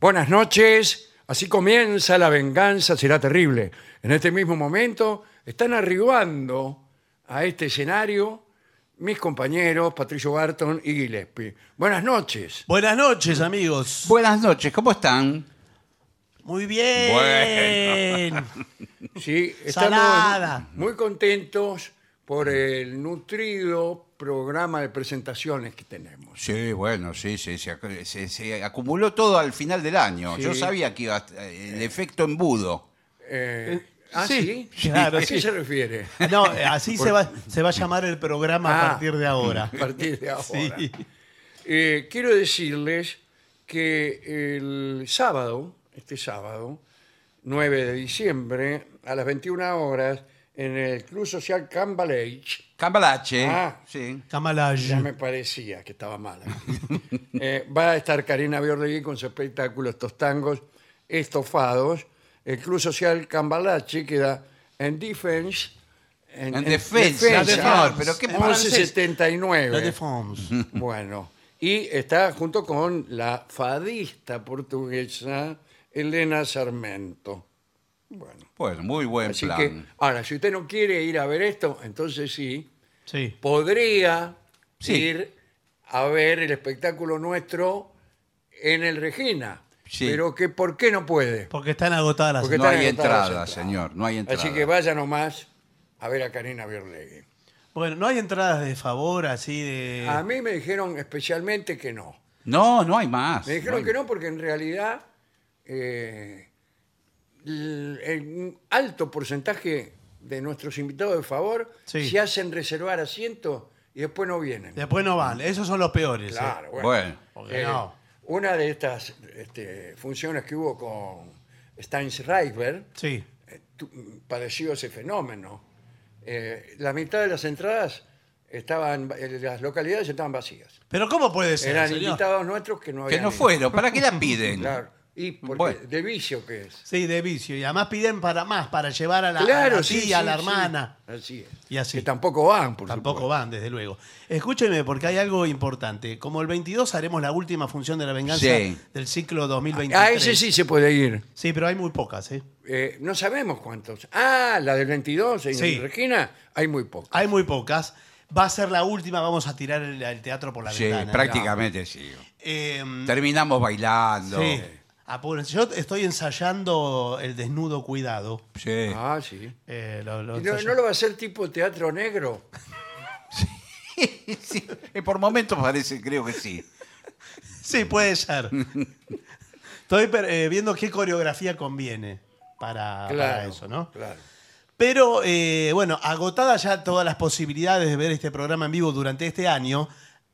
Buenas noches. Así comienza la venganza, será terrible. En este mismo momento están arribando a este escenario mis compañeros Patricio Barton y Gillespie. Buenas noches. Buenas noches, amigos. Buenas noches, ¿cómo están? Muy bien. Sí, estamos Salada. muy contentos por el nutrido programa de presentaciones que tenemos. Sí, bueno, sí, sí, se, ac- se- se acumuló todo al final del año. Yo sabía que iba a- eh, el efecto embudo. Eh, ¿Ah, sí? sí, claro, ¿A qué sí. se refiere? No, eh, así se va, se va a llamar el programa Ah. a partir de ahora. A partir de ahora. Sí. Eh, quiero decirles que el sábado, este sábado, 9 de diciembre, a las 21 horas, en el Club Social Cambalache, Cambalache. Ah. Sí. Camalaj. ya me parecía que estaba mal. Eh, va a estar Karina Biorlegui con su espectáculo Estos Tangos Estofados. El Club Social Cambalache queda en Defense. En, En defensa, señor, pero qué Once francés. 79. La de France. Bueno, y está junto con la fadista portuguesa Elena Sarmento. Bueno, Bueno, muy buen así plan. que ahora, si usted no quiere ir a ver esto, entonces sí, Sí. podría Sí. ir a ver el espectáculo nuestro en el Regina. Sí. Pero que ¿por qué no puede? Porque están agotadas las. Porque no están hay agotadas las entrada, entradas. señor, no hay entrada. Así que vaya nomás a ver a Karina Biorlegui. Bueno, no hay entradas de favor así de. A mí me dijeron especialmente que no. No, no hay más. Me dijeron hay- que no porque en realidad eh, l- el- un alto porcentaje de nuestros invitados de favor Sí. se hacen reservar asientos y después no vienen. Después no van. Esos son los peores. eh. Claro, bueno. Eh, Bueno. Porque no. Una de estas este, funciones que hubo con Steinschreiber Sí. eh, tu- padeció ese fenómeno. Eh, la mitad de las entradas estaban, eh, las localidades estaban vacías. Pero ¿cómo puede ser? Eran señor? invitados nuestros que no Que habían no ido. fueron. ¿Para qué la piden? Claro. Y porque Mm. Bueno. de vicio que es. Sí, de vicio. Y además piden para más, para llevar a la, claro, a la sí, tía, a sí, la sí. hermana. Así es. Y así. Que tampoco van, por Tampoco supuesto. van, desde luego. Escúcheme, porque hay algo importante. Como el 22 haremos la última función de la venganza Sí. del ciclo 2023. A ese sí se puede ir. Sí, pero hay muy pocas, ¿eh? Eh, no sabemos cuántos. Ah, la del 22 en Sí. Regina, hay muy poco. Hay muy pocas. Va a ser la última, vamos a tirar el, el teatro por la Sí, ventana. prácticamente sí. Eh, Terminamos bailando. sí. Apúrense. Yo estoy ensayando el desnudo cuidado. Sí. Ah, sí. Eh, lo- lo ¿Y no, ensayo. no lo va a hacer tipo teatro negro? Ah, Sí, eh, Por momentos parece, creo que sí. Sí, puede ser. estoy per- eh, viendo qué coreografía conviene para, para Claro. eso, ¿no? Claro. Pero eh, bueno, agotadas ya todas las posibilidades de ver este programa en vivo durante este año,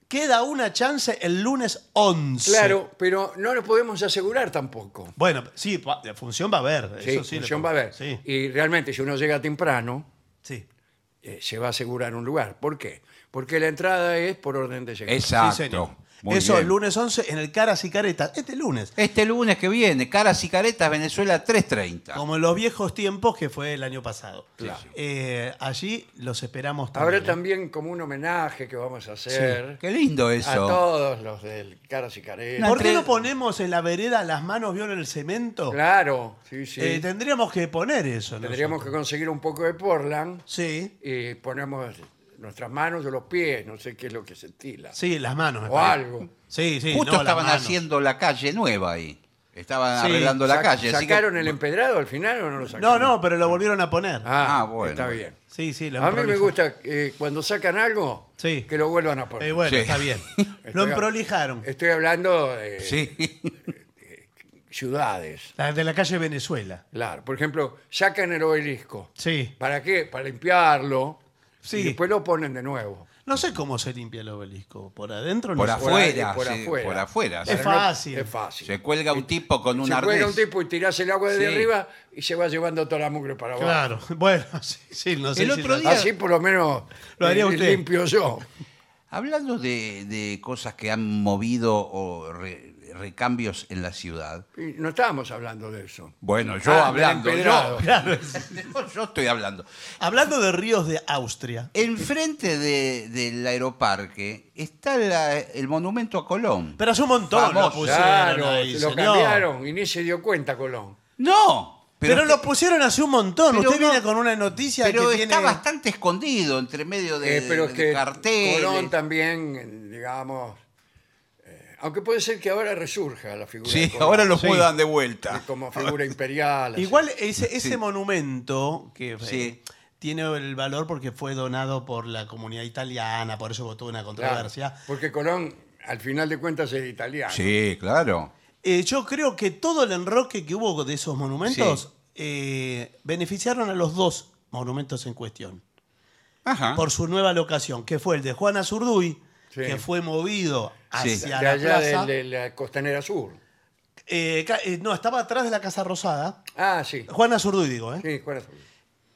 queda una chance el lunes 11. Claro, pero no lo podemos asegurar tampoco. Bueno, sí, pa- la función va a haber. Sí, eso sí, función le- va a haber. Sí, Y realmente, si uno llega temprano, sí. eh, se va a asegurar un lugar. ¿Por qué? Porque la entrada es por orden de llegada. Exacto. Sí, señor. Muy eso bien. el lunes 11 en el Caras y Caretas. Este lunes. Este lunes que viene, Caras y Caretas, Venezuela 3.30. Como en los viejos tiempos que fue el año pasado. Claro. sí. Eh, allí los esperamos también. Habrá también como un homenaje que vamos a hacer. Qué lindo A eso. todos los del Caras y Caretas. ¿Por qué Entre- no ponemos en la vereda las manos viola en el cemento? Claro, sí, sí. Eh, tendríamos que poner eso. Tendríamos que conseguir un poco de Portland Sí. y ponemos nuestras manos o los pies, no sé qué es lo que se tila. Sí, las manos. me o parece. algo. Sí, sí. Justo no, las estaban manos. haciendo la calle nueva ahí. Estaban Sí, arreglando la Sac- calle. así que- ¿Sacaron el empedrado al final o no lo No, sacaron? no, pero lo volvieron a poner. Ah, Ah, bueno, Está bueno. bien. Sí, sí. Lo A mí me emprolijaron. gusta eh, cuando sacan algo Sí. que lo vuelvan a poner. Eh, bueno, Sí. está bien. Estoy Lo a- emprolijaron. Estoy hablando de Sí. ciudades. La de la calle Venezuela. Claro, por ejemplo, sacan el obelisco. Sí. ¿Para qué? Para limpiarlo. Sí. Y después lo ponen de nuevo. No sé cómo se limpia el obelisco. ¿Por adentro? Por no sé. afuera. por sí, afuera. por afuera, sí. Es fácil. Es fácil. Se cuelga un tipo con un se cuelga un arnés. tipo y tirás el agua desde Sí. arriba y se va llevando toda la mugre para abajo. Claro. Bueno, sí, sí, no sé. El si otro lo- día- Así por lo menos Lo haría eh, usted. limpio yo. Hablando de, de cosas que han movido o re- recambios en la ciudad. Y no estábamos hablando de eso. Bueno, yo Ah, del hablando, yo, empedrado. Claro. yo estoy hablando. Hablando de ríos de Austria. Enfrente de- del aeroparque está la- el monumento a Colón. Pero hace un montón lo Famoso. pusieron Claro, ahí, lo señor. cambiaron y ni se dio cuenta Colón. No, Pero, es lo que- pusieron hace un montón. pero Usted viene no- con una noticia pero que está tiene... bastante escondido entre medio de, Eh, pero es de que carteles. Colón también, digamos, eh, aunque puede ser que ahora resurja la figura. de Sí, Colón, eh, ahora lo Sí. puedan de vuelta. como figura imperial. así. Igual ese, ese Sí. monumento que eh, Sí. tiene el valor porque fue donado por la comunidad italiana, por eso votó una Claro, controversia. porque Colón, al final de cuentas, es italiano. Sí, claro. Eh, yo creo que todo el enroque que hubo de esos monumentos eh, beneficiaron a los dos monumentos en cuestión Ajá. por su nueva locación, que fue el de Juana Zurduy, Sí. que fue movido Sí. hacia de la allá de, plaza. de la costanera sur. Eh, ca- eh, no, estaba atrás de la Casa Rosada. Ah, sí. Juana Zurduy, digo, ¿eh? Sí, ¿cuál es?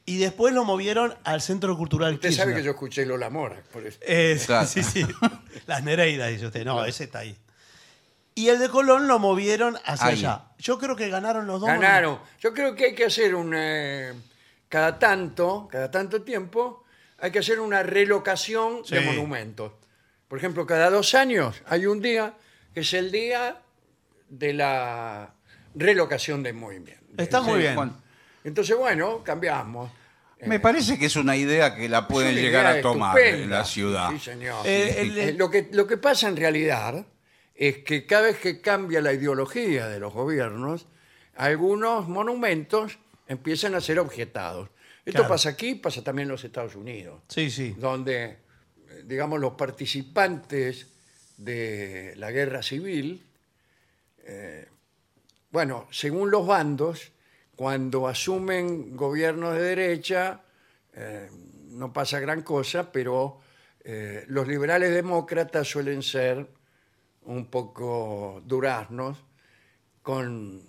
Y después lo movieron al Centro Cultural Usted Kirchner. sabe que yo escuché Lola Mora, por eso. Eh, Claro. Sí, sí. Las Nereidas, dice usted. No, ese está ahí. Y el de Colón lo movieron hacia Ahí. allá. Yo creo que ganaron los dos. Ganaron. Yo creo que hay que hacer un... eh, cada tanto, cada tanto tiempo, hay que hacer una relocación de Sí. monumentos. Por ejemplo, cada dos años hay un día que es el día de la relocación del movimiento. Está muy Sí, bien. Juan. Entonces, bueno, cambiamos. Me parece que es una idea que la pueden Eh. Es una llegar idea a tomar estupenda. en la ciudad. Sí, señor. Eh, el- Eh, lo, que, lo que pasa en realidad es que cada vez que cambia la ideología de los gobiernos, algunos monumentos empiezan a ser objetados. Esto Claro. pasa aquí, pasa también en los Estados Unidos, Sí, sí. donde, eh, digamos, los participantes de la guerra civil, eh, bueno, según los bandos, cuando asumen gobiernos de derecha, eh, no pasa gran cosa, pero eh, los liberales demócratas suelen ser un poco duraznos con,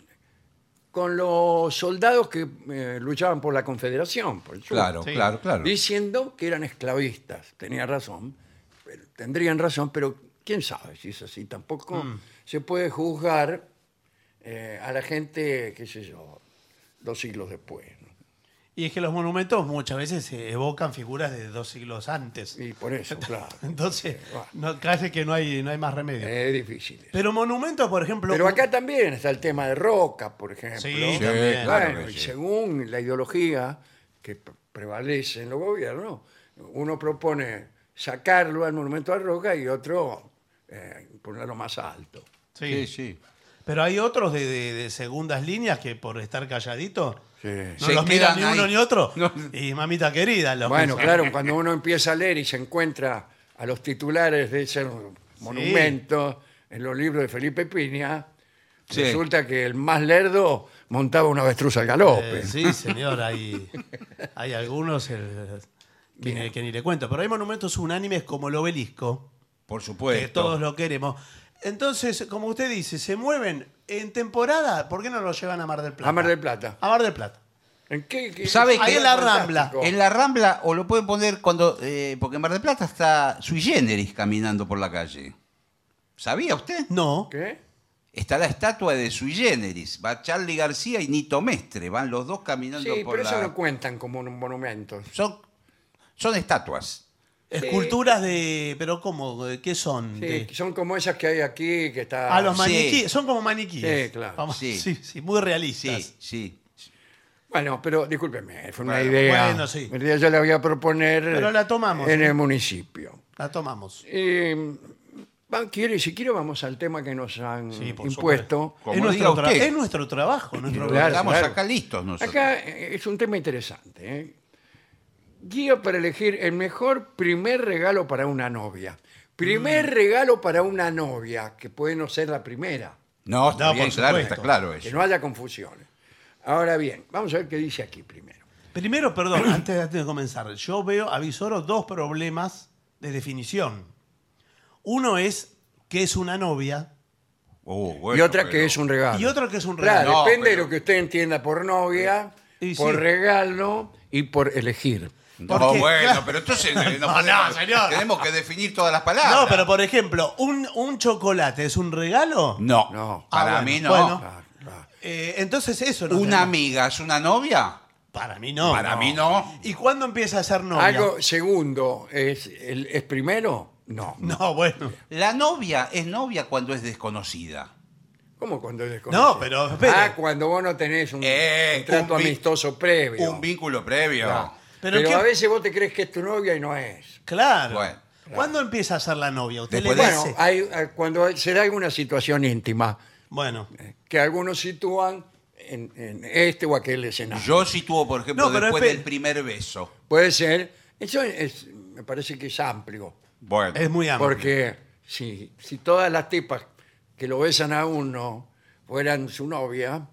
con los soldados que eh, luchaban por la Confederación, por el sur, Claro, Sí. claro, claro. diciendo que eran esclavistas. Tenía razón, pero- tendrían razón, pero quién sabe si es así. Tampoco Mm. se puede juzgar eh, a la gente, qué sé yo, dos siglos después. ¿no? Y es que los monumentos muchas veces eh, evocan figuras de dos siglos antes. Y por eso, claro. Entonces, Ah. no, casi que no hay, no hay más remedio. Es difícil. eso. Pero monumentos, por ejemplo. Eh. Pero acá también está el tema de Roca, por ejemplo. Sí, Sí, también. claro Bueno, que y sí. según la ideología que p- prevalece en los gobiernos, uno propone sacarlo al monumento a Roca y otro eh, ponerlo más alto. Sí. Sí, sí. Pero hay otros de, de- de segundas líneas que por estar calladitos. Sí. No Se los miran ni quedan uno ahí. ni otro. No. Y mamita querida, los Bueno, que- claro, cuando uno empieza a leer y se encuentra a los titulares de esos monumentos en los libros de Felipe Piña, Sí. resulta que el más lerdo montaba una avestruz al galope. Eh, sí, señor, hay, hay algunos eh, que, ni- que ni le cuento. Pero hay monumentos unánimes como el obelisco, Por que supuesto. todos lo queremos. Entonces, como usted dice, se mueven en temporada. ¿Por qué no lo llevan a Mar del Plata? A Mar del Plata. A Mar del Plata. ¿En qué- qué- qué ¿Sabe que- era Ahí en la fantástico? Rambla, En la Rambla, o lo pueden poner cuando. eh, porque en Mar del Plata está sui generis caminando por la calle. ¿Sabía usted? No. ¿Qué? Está la estatua de sui generis. Va Charlie García y Nito Mestre. Van los dos caminando Sí, por pero la. eso no cuentan como un- monumentos. son, son estatuas. Esculturas de. ¿Pero cómo? ¿Qué son? Sí, De- son como esas que hay aquí que está. a los sí. maniquíes. Son como maniquíes. Sí, claro. Vamos, Sí. sí, sí, muy realistas. Sí, sí. Bueno, pero discúlpeme, fue una Bueno, idea. bueno, sí. Una idea yo la voy a proponer. Pero la tomamos, En ¿eh? el municipio. La tomamos. Eh, van, quiere, si quiere, vamos al tema que nos han Sí, por Mm, impuesto. Como es, nuestro diga tra- usted. es nuestro trabajo, nuestro Claro, Estamos claro. acá listos nosotros. Acá eh, es un tema interesante. ¿eh? Guía para elegir el mejor primer regalo para una novia. Primer regalo para una novia, que puede no ser la primera. No, está No, bien, por claro, supuesto. está claro Que eso. no haya confusiones. Ahora bien, vamos a ver qué dice aquí primero. Primero, perdón, antes, antes de comenzar, yo veo, avisoro dos problemas de definición. Uno es qué es una novia Oh, bueno, y otra que pero- es un regalo. y otro que es un Claro, regalo. No, depende de pero- lo que usted entienda por novia, Y sí. por regalo y por elegir. No, Porque- bueno, pero entonces eh, no No, podemos- no, señor. tenemos que definir todas las palabras. No, pero por ejemplo, ¿un, un chocolate es un regalo? No, No. para Ah, bueno, mí no. bueno. Ah, ah. Eh, entonces eso no. ¿Una tenemos. amiga es una novia? Para mí no. Para mí no. ¿Y cuándo empieza a ser novia? Algo segundo, ¿es, el- ¿es primero? No. No, bueno. La novia es novia cuando es desconocida. ¿Cómo cuando es desconocido? No, pero, espera. Ah, cuando vos no tenés un, Eh, un trato un vi- amistoso previo. Un vínculo previo. Ah, Pero Pero, ¿qué- a veces vos te crees que es tu novia y no es. Claro. Bueno, ¿Cuándo empieza a ser la novia? ¿Usted Después le de- Bueno, dice? hay, hay- cuando se da alguna situación íntima Bueno. que algunos sitúan en, en este o aquel escenario. Yo sitúo, por ejemplo, No, pero después espe- del primer beso. Puede ser. Eso es- me parece que es amplio. Bueno. Es muy amplio. Porque si, si todas las tipas que lo besan a uno fueran su novia,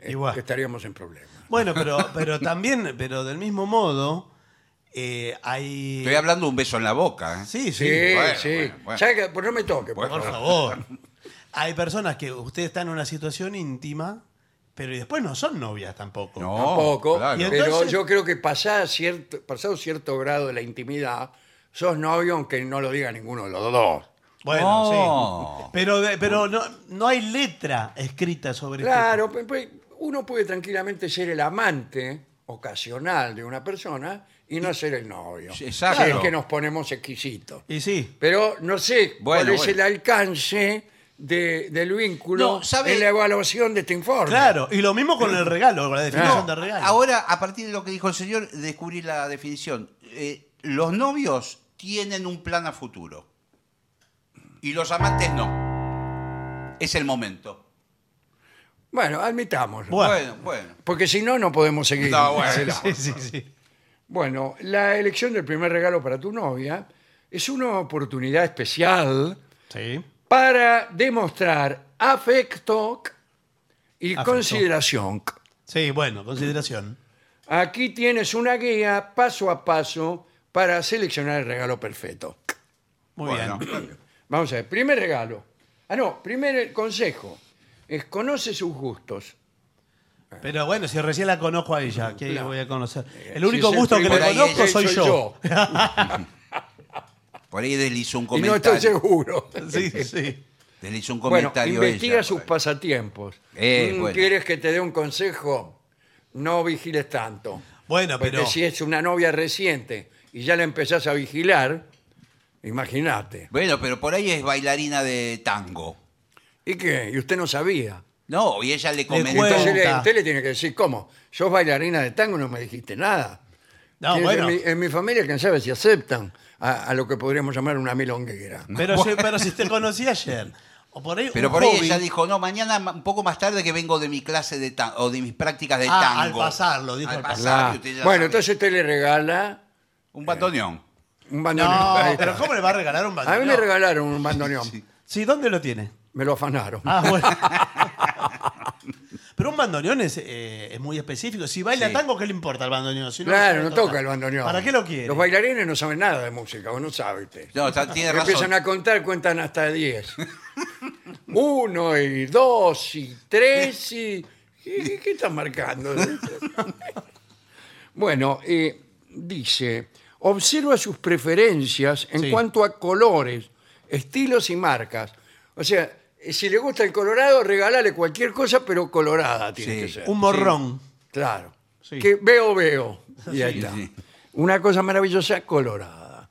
eh, Igual. estaríamos en problemas. Bueno, pero, pero también, pero del mismo modo, eh, hay. Estoy hablando de un beso en la boca. ¿eh? Sí, sí. Sí, bueno, sí. bueno, bueno. Ya que- pues no me toque, por Bueno. Por favor. favor. Hay personas que usted está en una situación íntima, pero y después no son novias tampoco. No. Tampoco. claro. Y Pero entonces- yo creo que pasada cierto, pasado cierto grado de la intimidad, sos novio aunque no lo diga ninguno de los dos. Bueno, No. sí. Pero, de- pero no, no hay letra escrita sobre este Claro, pe- pe- uno puede tranquilamente ser el amante ocasional de una persona y no ser el novio. Sí, exacto. Si es que nos ponemos exquisitos. Y sí. Pero no sé Bueno, cuál es bueno. el alcance de- del vínculo No, ¿sabe? en la evaluación de este informe. Claro, y lo mismo con el regalo, con la No, definición de regalo. Ahora, a partir de lo que dijo el señor, descubrí la definición. Eh, los novios tienen un plan a futuro. Y los amantes no. Es el momento. Bueno, admitámoslo. Bueno. Bueno, bueno. Porque si no, no podemos seguir. No, bueno. Ese lado. Sí, sí, sí. Bueno, la elección del primer regalo para tu novia es una oportunidad especial Sí. para demostrar afecto y Afecto. consideración. Sí, bueno, consideración. Aquí tienes una guía paso a paso para seleccionar el regalo perfecto. Muy Bueno. bien. Vamos a ver, primer regalo. Ah, no, primer consejo. Es conoce sus gustos. Pero bueno, si recién la conozco a ella, ¿qué Claro. voy a conocer? El si único es el gusto que le primer- Por ahí conozco es- soy, soy yo. Por ahí deslizó un Y no comentario. estoy seguro. sí, sí. Deslizó un Bueno, comentario. investiga ella, sus por ahí. pasatiempos. Eh, Mm, bueno. ¿Quieres que te dé un consejo? No vigiles tanto. Bueno, Porque pero. si es una novia reciente y ya la empezás a vigilar, imagínate. Bueno, pero por ahí es bailarina de tango. ¿Y qué? Y usted no sabía. No, y ella le comentó. cuento. Entonces le- Pregunta. usted le tiene que decir, ¿cómo? ¿Sos bailarina de tango? No me dijiste nada. No, Que bueno. en, mi, en mi familia, quién sabe si aceptan a, a lo que podríamos llamar una milonguera. Pero, si, pero si te conocí ayer. O por ahí Pero un por ahí hobby. ella dijo, no, mañana ma- un poco más tarde que vengo de mi clase de tango, o de mis prácticas de Ah, tango. al pasar, lo dijo Al al pasar, Claro. que usted ya Bueno, sabe. entonces usted le regala Un bandoneón. Eh. un bandoneón. Ahí No, está. pero ¿cómo le va a regalar un a bandoneón? mí me regalaron un bandoneón. Sí, ¿dónde lo tiene? Me lo afanaron. Ah, bueno. Pero un bandoneón es, eh, es muy específico. Si baila Sí. tango, ¿qué le importa el bandoneón? Si claro, no lo sabe toca tocar. el bandoneón. ¿Para qué lo quiere? Los bailarines no saben nada de música, vos no sabes. No, está- tiene razón. Empiezan a contar, cuentan hasta 10. Uno y dos y tres y... ¿Qué, qué están marcando? bueno, eh, dice, observa sus preferencias en Sí. cuanto a colores, estilos y marcas. O sea, eh, si le gusta el colorado, regálale cualquier cosa, pero colorada tiene Sí. que ser. Un morrón. Claro. Sí. Que veo, veo. Y ahí Sí, está. sí. Una cosa maravillosa, colorada.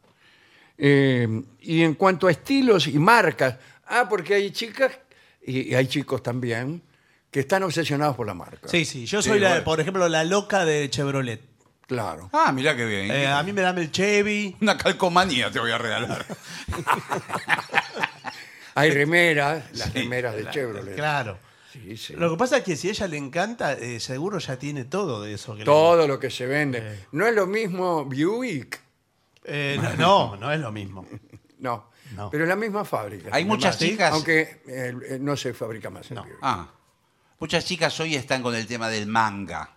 Eh, y en cuanto a estilos y marcas, ah, porque hay chicas y, y hay chicos también que están obsesionados por la marca. Sí, sí. Yo Sí, soy, la- bueno. por ejemplo, la loca de Chevrolet. Claro. Ah, mirá qué bien. Eh, a mí me dame el Chevy. Una calcomanía te voy a regalar. Hay remeras, las remeras de Chevrolet. Claro. Sí, sí. Lo que pasa es que si a ella le encanta, eh, seguro ya tiene todo de eso. Que le- Todo lo que se vende. No es lo mismo Buick, Eh, no, no, no es lo mismo. no. No. Pero es la misma fábrica. Hay muchas Además, chicas- Aunque eh, eh, no se fabrica más. el No. Buick. Ah. Muchas chicas hoy están con el tema del manga.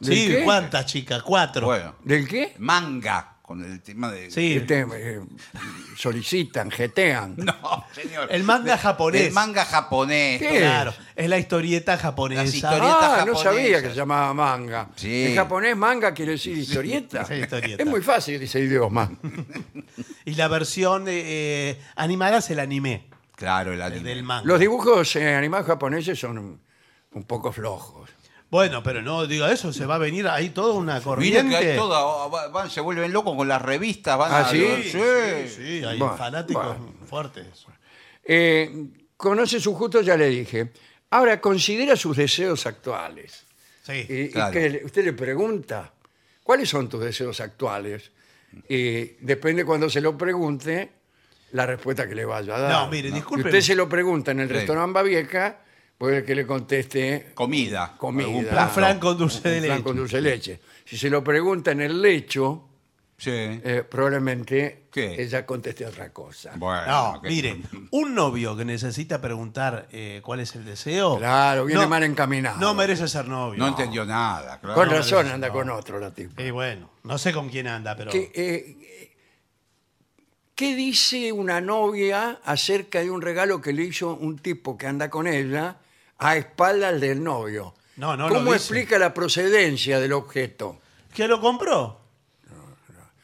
¿Del Sí, qué? ¿cuántas chicas? Cuatro. Bueno, ¿Del qué? manga. con el tema de... Que Sí. te, eh, solicitan, jetean. No, señor. El manga De- japonés. El manga japonés. ¿Qué? Claro, es la historieta japonesa. Las historietas. Ah, Historieta no japonesa. sabía que se llamaba manga. Sí. En japonés manga quiere decir historieta. sí, historieta. Es muy fácil ese idioma. Y la versión eh, eh, animada es el anime Claro, el el anime. del manga. Los dibujos eh, animados japoneses son un, un poco flojos. Bueno, pero no diga eso, se va a venir ahí toda una corriente. Miren que hay toda, oh, va- van, se vuelven locos con las revistas. Van ¿Ah, a- sí? Sí, sí, sí, hay Bueno, fanáticos bueno. fuertes. Eh, conoce su justo, ya le dije. Ahora, considera sus deseos actuales. Sí. Y, y Claro. que le- usted le pregunta, ¿cuáles son tus deseos actuales? Y depende cuando se lo pregunte, la respuesta que le vaya a dar. No, mire, Si discúlpeme. usted se lo pregunta en el Sí. restaurante Babieca, puede que le conteste Comida. comida. Algún La plato. Fran con dulce un de flan leche. con dulce de leche. Si se lo pregunta en el lecho, Sí. eh, probablemente ¿Qué? ella conteste otra cosa. Bueno, No, que- mire, un novio que necesita preguntar eh, cuál es el deseo. Claro, viene no- mal encaminado. No merece ser novio. No entendió nada, claro. Con no, razón no, anda no. con otro la tipa. Y bueno, no sé con quién anda, pero. ¿Qué, eh, qué dice una novia acerca de un regalo que le hizo un tipo que anda con ella a espaldas del novio? No, no lo ¿Cómo dice. explica la procedencia del objeto? ¿Qué lo compró?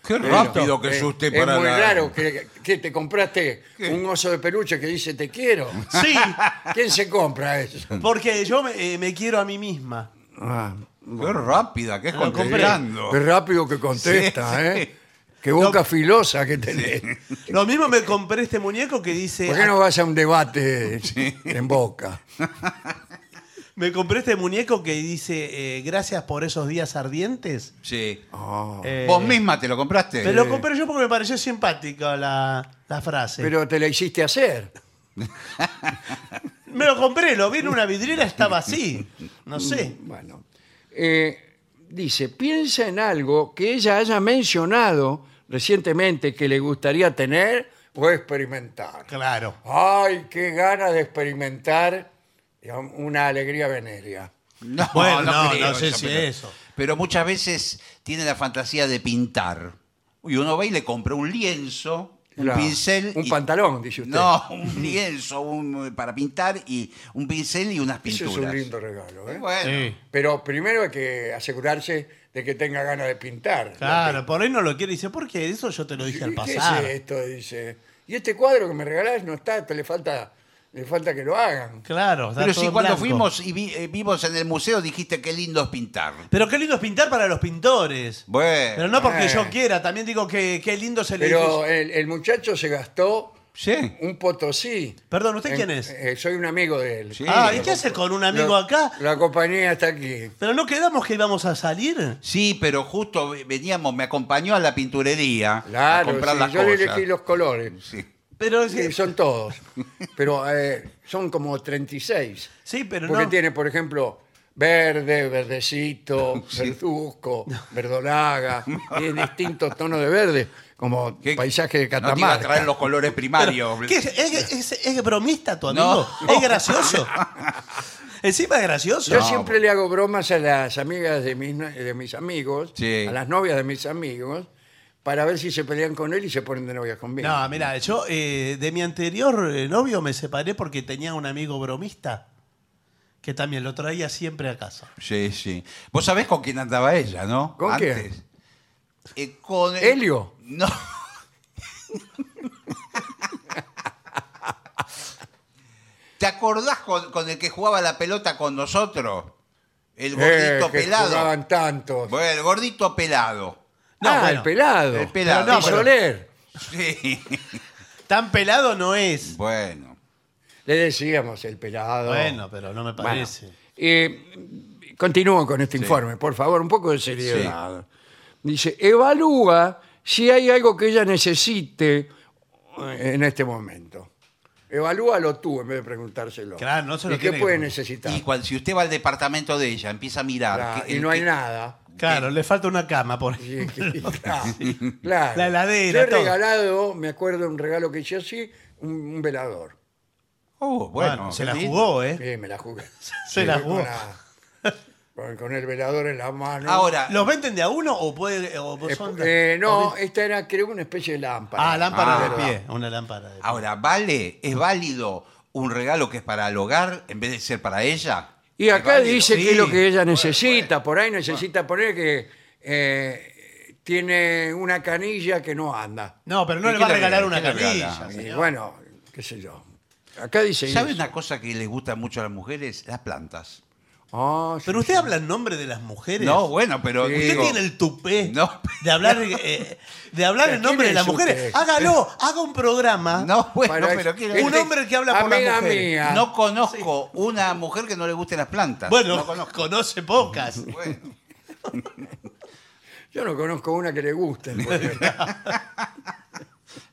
Qué rápido que Eh, es usted es para muy la- raro que, que te compraste un oso de peluche que dice te quiero. Sí, ¿Quién se compra eso? porque yo me, eh, me quiero a mí misma. Qué rápida que es Lo compré. contestando. Qué rápido que contesta, Sí, sí. ¿eh? Qué boca filosa que tenés. Lo mismo me compré este muñeco que dice. ¿Por qué no vas a un debate en boca? Me compré este muñeco que dice eh, gracias por esos días ardientes. Sí. Oh. Eh, Vos misma te lo compraste. Me lo compré yo porque me pareció simpática la, la frase. Pero te la hiciste hacer. Me lo compré, lo vi en una vidriera, estaba así. No sé. Bueno. Eh, dice, piensa en algo que ella haya mencionado recientemente que le gustaría tener o experimentar. Claro. Ay, qué gana de experimentar digamos, una alegría venerea. No, Bueno, no, creo no sé esa si pelota. eso. Pero muchas veces tiene la fantasía de pintar. Y uno va y le compra un lienzo, un Claro. pincel. Un y- pantalón, dice usted. No, un lienzo un- para pintar y un pincel y unas Eso pinturas. es un lindo regalo, ¿eh? Bueno, Sí. Pero primero hay que asegurarse de que tenga ganas de pintar. Claro, por ahí no lo quiere. Dice, ¿por qué? Eso yo te lo dije al ¿Y ¿Qué pasar. es esto? Dice. Y este cuadro que me regalás no está, te le falta, le falta que lo hagan. Claro, está Pero todo si en cuando blanco. fuimos y vi- eh, vimos en el museo dijiste qué lindo es pintar. Pero qué lindo es pintar para los pintores. Bueno. Pero no porque eh. yo quiera, también digo que qué lindo es el Pero eh, edificio. el, el muchacho se gastó Sí. un potosí. Perdón, ¿usted En- quién es? eh, soy un amigo de él. Sí. ah, ¿y qué hace con un amigo La- acá? La compañía está aquí. Pero no quedamos que íbamos a salir. Sí, pero justo veníamos, me acompañó a la pinturería Claro, a comprar sí, las yo le cosas. elegí los colores. Sí. Pero Sí, sí, son todos. Pero eh, son como 36. sí, pero Porque no. tiene, por ejemplo, verde, verdecito, verduzco, verdolaga, y distintos tonos de verde, como ¿Qué- paisaje de No te iba a Catamarca. traer los colores primarios. ¿Qué es, es- es- es bromista tu amigo? No. ¿Es gracioso? Encima es gracioso. Yo No. siempre le hago bromas a las amigas de mis, de mis amigos, Sí. a las novias de mis amigos, para ver si se pelean con él y se ponen de novias conmigo. No, mira, yo eh, de mi anterior eh, novio me separé porque tenía un amigo bromista que también lo traía siempre a casa. Sí, sí. Vos sabés con quién andaba ella, ¿no? ¿Con quién? Eh, con el- ¿Helio? No. ¿Te acordás con, con el que jugaba la pelota con nosotros? El Eh, gordito que pelado. jugaban tantos. Bueno, el gordito pelado. No, ah, bueno. el pelado. El pelado. Pero no, Y pero- Soler. Sí. Tan pelado no es. Bueno. Le decíamos el pelado. Bueno, pero no me Bueno, parece. eh, continúo con este informe, por favor, un poco de seriedad. Dice, evalúa si hay algo que ella necesite eh, en este momento. Evalúalo tú en vez de preguntárselo. Claro, no se lo ¿Y qué tiene que puede preguntar. necesitar? Y cuando, si usted va al departamento de ella, empieza a mirar. Claro, que- y el no hay que- nada. Claro, le falta una cama por ahí. Y- y- claro, claro. La heladera, Yo he todo. regalado, me acuerdo, un regalo que hice así, un, un velador. Oh, bueno, Bueno, se la sí. jugó, ¿eh? Eh, me la jugué. Se la Jugué con jugó. la- con, con el velador en la mano. Ahora, ¿Los venden de a uno o, puede, o Eh, son de- eh, no, o de- esta era creo una especie de lámpara. Ah, lámpara Ah, de verdad. pie. Una lámpara de pie. ahora, ¿vale? ¿Es válido un regalo que es para el hogar en vez de ser para ella? Y acá válido. dice Sí. que es lo que ella Bueno, necesita, por ahí necesita poner que eh, tiene una canilla que no anda. No, pero no ¿Y le qué va a le regalar una regala? ¿Qué le canilla. regala? Y señor. bueno, qué sé yo. Acá dice... ¿Sabe eso. una cosa que les gusta mucho a las mujeres? Las plantas. Ah, sí, Pero sí. usted habla en nombre de las mujeres. No, bueno, pero. Sí. Usted digo, tiene el tupé No. de hablar, eh, de hablar ¿Pero en nombre de quién las es mujeres. usted? Hágalo, haga un programa. No, bueno, Para- pero quiero Un decir, hombre que habla por las Amiga mujeres. mía. No conozco una mujer que no le gusten las plantas. Bueno, No conozco. conoce pocas. Bueno, Yo no conozco una que le guste. porque-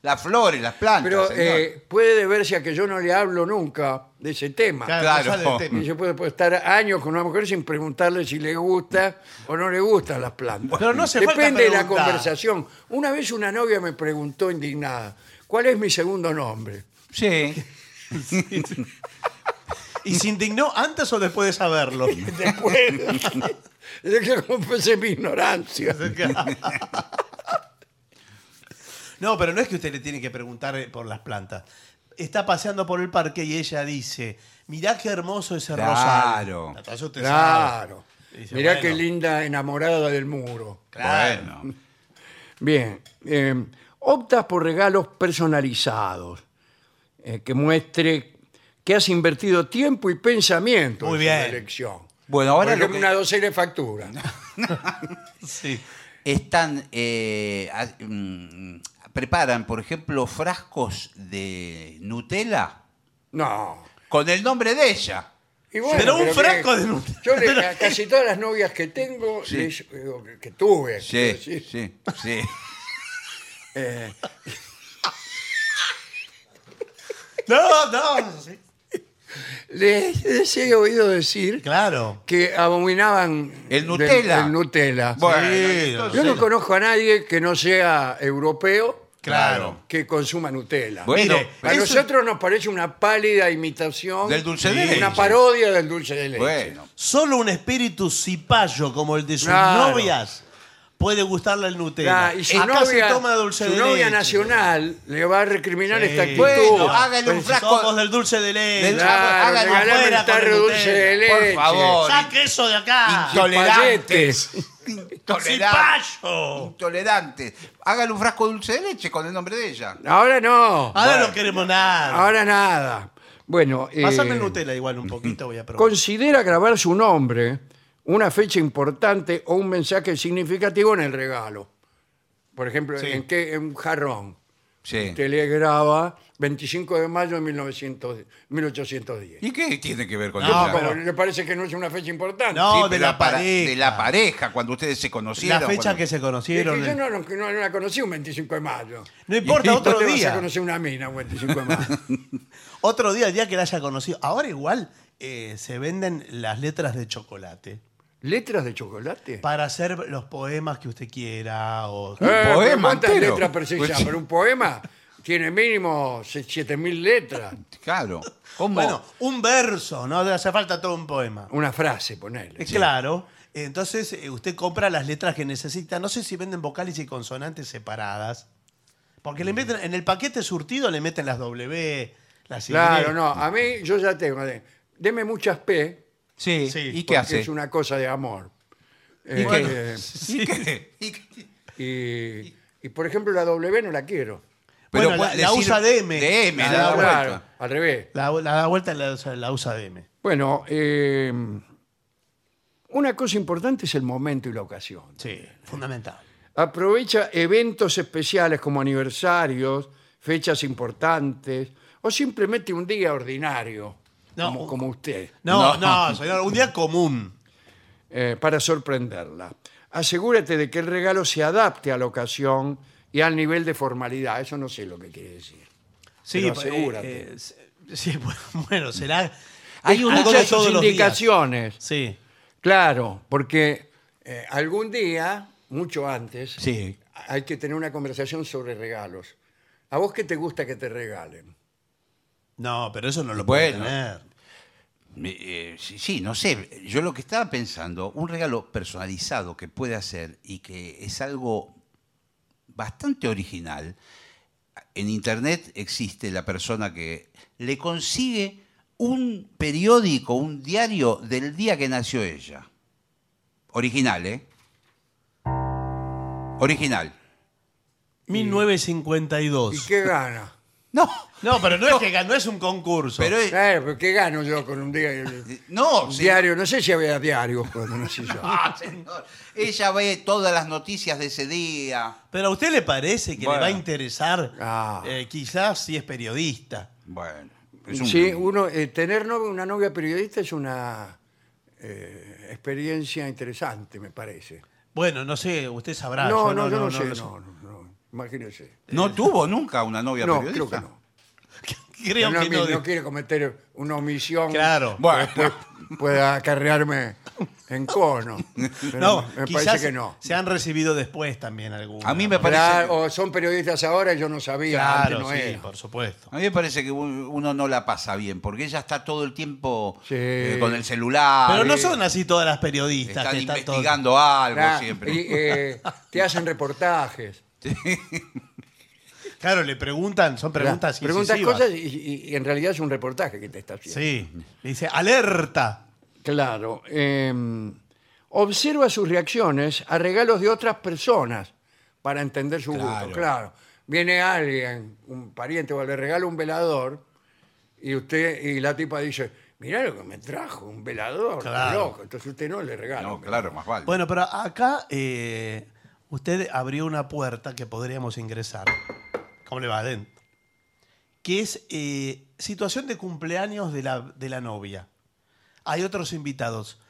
las flores, las plantas. Pero señor. eh, puede deberse a que yo no le hablo nunca de ese tema. Claro. no sale del tema. Y yo puedo, puedo estar años con una mujer sin preguntarle si le gusta o no le gustan las plantas. Pero no hace falta Depende de la preguntar. conversación. Una vez una novia me preguntó indignada, ¿cuál es mi segundo nombre? Sí. ¿Y se indignó antes o después de saberlo? Después de que confesé pues, mi ignorancia. No, pero no es que usted le tiene que preguntar eh, por las plantas. Está paseando por el parque y ella dice, mirá qué hermoso ese Claro. rosal. Entonces usted sabe. Claro. Dice, Mirá bueno. qué linda enamorada del muro. Claro. Bueno. Bien, eh, optas por regalos personalizados eh, que muestre que has invertido tiempo y pensamiento Muy en esa bien. elección. Bueno, Por ahora lo ejemplo, que una docena de factura. Sí. están. eh, ha- mm, preparan, por ejemplo, frascos de Nutella No. con el nombre de ella. Y bueno, Pero un que- frasco de Nutella. Yo le- a casi todas las novias que tengo, Sí. les- digo, que- que tuve, Sí, quiero sí, decir, sí. eh, No, no. sí. les, les he oído decir Claro. que abominaban El del- Nutella. el Nutella. Bueno, Sí, entonces- Yo no conozco a nadie que no sea europeo Claro. que consuma Nutella. Bueno, Mire, A Eso- nosotros nos parece una pálida imitación Del dulce de y leche. Una parodia del dulce de leche. bueno. Solo un espíritu cipayo como el de sus Claro. novias puede gustarle el Nutella. La- Ah, y su Acá novia, se toma dulce su de novia leche. nacional le va a recriminar Sí. esta actitud. Bueno, hágale hágale un un frasco- Somos del dulce de leche. Del- Claro, hágale regalame afuera un con el tarro de dulce Nutella. de leche. Por favor. ¡Saque eso de acá! Y Intolerantes. payetes. Intolerantes. ¡Cipayo! Intolerantes. Hágale un frasco de dulce de leche con el nombre de ella. Ahora no. Ahora Bueno. no queremos nada. Ahora nada. Bueno, eh, Pásame Nutella igual un poquito, voy a probar. considera grabar su nombre, una fecha importante o un mensaje significativo en el regalo. Por ejemplo, Sí. en, qué, en un jarrón. Sí. Usted le graba 25 de mayo de 1900 1810. ¿Y qué tiene que ver con No, ella? Como pero- le parece que no es una fecha importante. No, de pero la para- pareja. de la pareja, cuando ustedes se La conocieron. fecha cuando- que se Es que conocieron. yo el- no, no, no la conocí un 25 de mayo. No importa, No otro te vas a día. conocer una mina un 25 de mayo. Otro día, el día que la haya conocido. Ahora igual eh, se venden las letras de chocolate ¿Letras de chocolate? para hacer los poemas que usted quiera. O... Eh, pero poema ¿Cuántas entero. letras precisa? Pues sí. Pero un poema tiene mínimo 7.000 letras. Claro. ¿Cómo? Bueno, un verso, no hace falta todo un poema. Una frase, ponele. Eh, Claro. Entonces, eh, usted compra las letras que necesita. No sé si venden vocales y consonantes separadas. Porque le meten, en el paquete surtido le meten las W, las Y. Claro, no. A mí yo ya tengo. de- Deme muchas P, sí. sí, ¿Y porque qué hace? es una cosa de amor. ¿Y, Eh, qué? eh, ¿Y qué? ¿Y qué? y- y, por ejemplo la W no la quiero. Ah, Bueno, Pero la- puede la decir- usa de M. Ah, De M, La la da Claro, vuelta. al revés. La, la da vuelta y la, usa- la usa de M. Bueno, eh, una cosa importante es el momento y la ocasión. Sí, fundamental. Aprovecha eventos especiales como aniversarios, fechas importantes o simplemente un día ordinario, No, como, un- como usted, No, No. no, señor, un día común. eh, para sorprenderla. Asegúrate de que el regalo se adapte a la ocasión y al nivel de formalidad. Eso no sé lo que quiere decir. Sí, Pero asegúrate. eh, eh, sí, bueno, bueno, será. Hay algo de muchas todos los días. indicaciones. Sí. Claro, porque eh, algún día, mucho antes, Sí. hay que tener una conversación sobre regalos. ¿A vos qué te gusta que te regalen? No, pero eso no lo Bueno. puede tener. Me- eh, sí, sí, no sé. Yo lo que estaba pensando, un regalo personalizado que puede hacer y que es algo bastante original. En internet existe la persona que le consigue un periódico, un diario del día que nació ella. Original, ¿eh? Original. 1952. ¿Y qué gana? No, No, pero no, es que ganó, es un concurso. pero. eh, Eh, pero ¿Qué gano yo con un día? eh, No, un sí. diario, no sé si había diario cuando nací yo. Ah, señor. Ella ve todas las noticias de ese día. Pero a usted le parece que le Bueno. va a interesar, Ah. eh, quizás si es periodista. Bueno, es un- Sí, uno, eh, tener no- una novia periodista es una eh, experiencia interesante, me parece. Bueno, no sé, usted sabrá. no, yo no, yo no, sé, lo no, no, no, imagínese. ¿No tuvo nunca una novia Eh, No, creo periodista? que no. Creo no, que no. mi- no quiere cometer una omisión Claro. que después pueda acarrearme en cono. Pero No, me- me quizás parece que no. Se han recibido después también algunos. A mí me parece- Claro, o son periodistas ahora y yo no sabía, Claro, antes no sí, era. por supuesto. A mí me parece que un- uno no la pasa bien, porque ella está todo el tiempo Sí. eh, con el celular. Ah, Pero no eh, son así todas las periodistas. Están que todo- investigando algo Claro, siempre. y, eh, te hacen reportajes. Claro, le preguntan, son preguntas Preguntas incisivas. cosas y, y- y en realidad es un reportaje que te está haciendo. Sí, le dice, alerta. Claro. eh, observa sus reacciones a regalos de otras personas para entender su Claro. gusto. Claro. Viene alguien, un pariente, o le regala un velador y usted y la tipa dice, mirá lo que me trajo, un velador, qué Claro. loco. Entonces usted no le regala. No, un claro, más vale. Bueno, pero acá eh, usted abrió una puerta que podríamos ingresar. ¿Cómo le va adentro? Que es eh, situación de cumpleaños de la, de la novia. Hay otros invitados.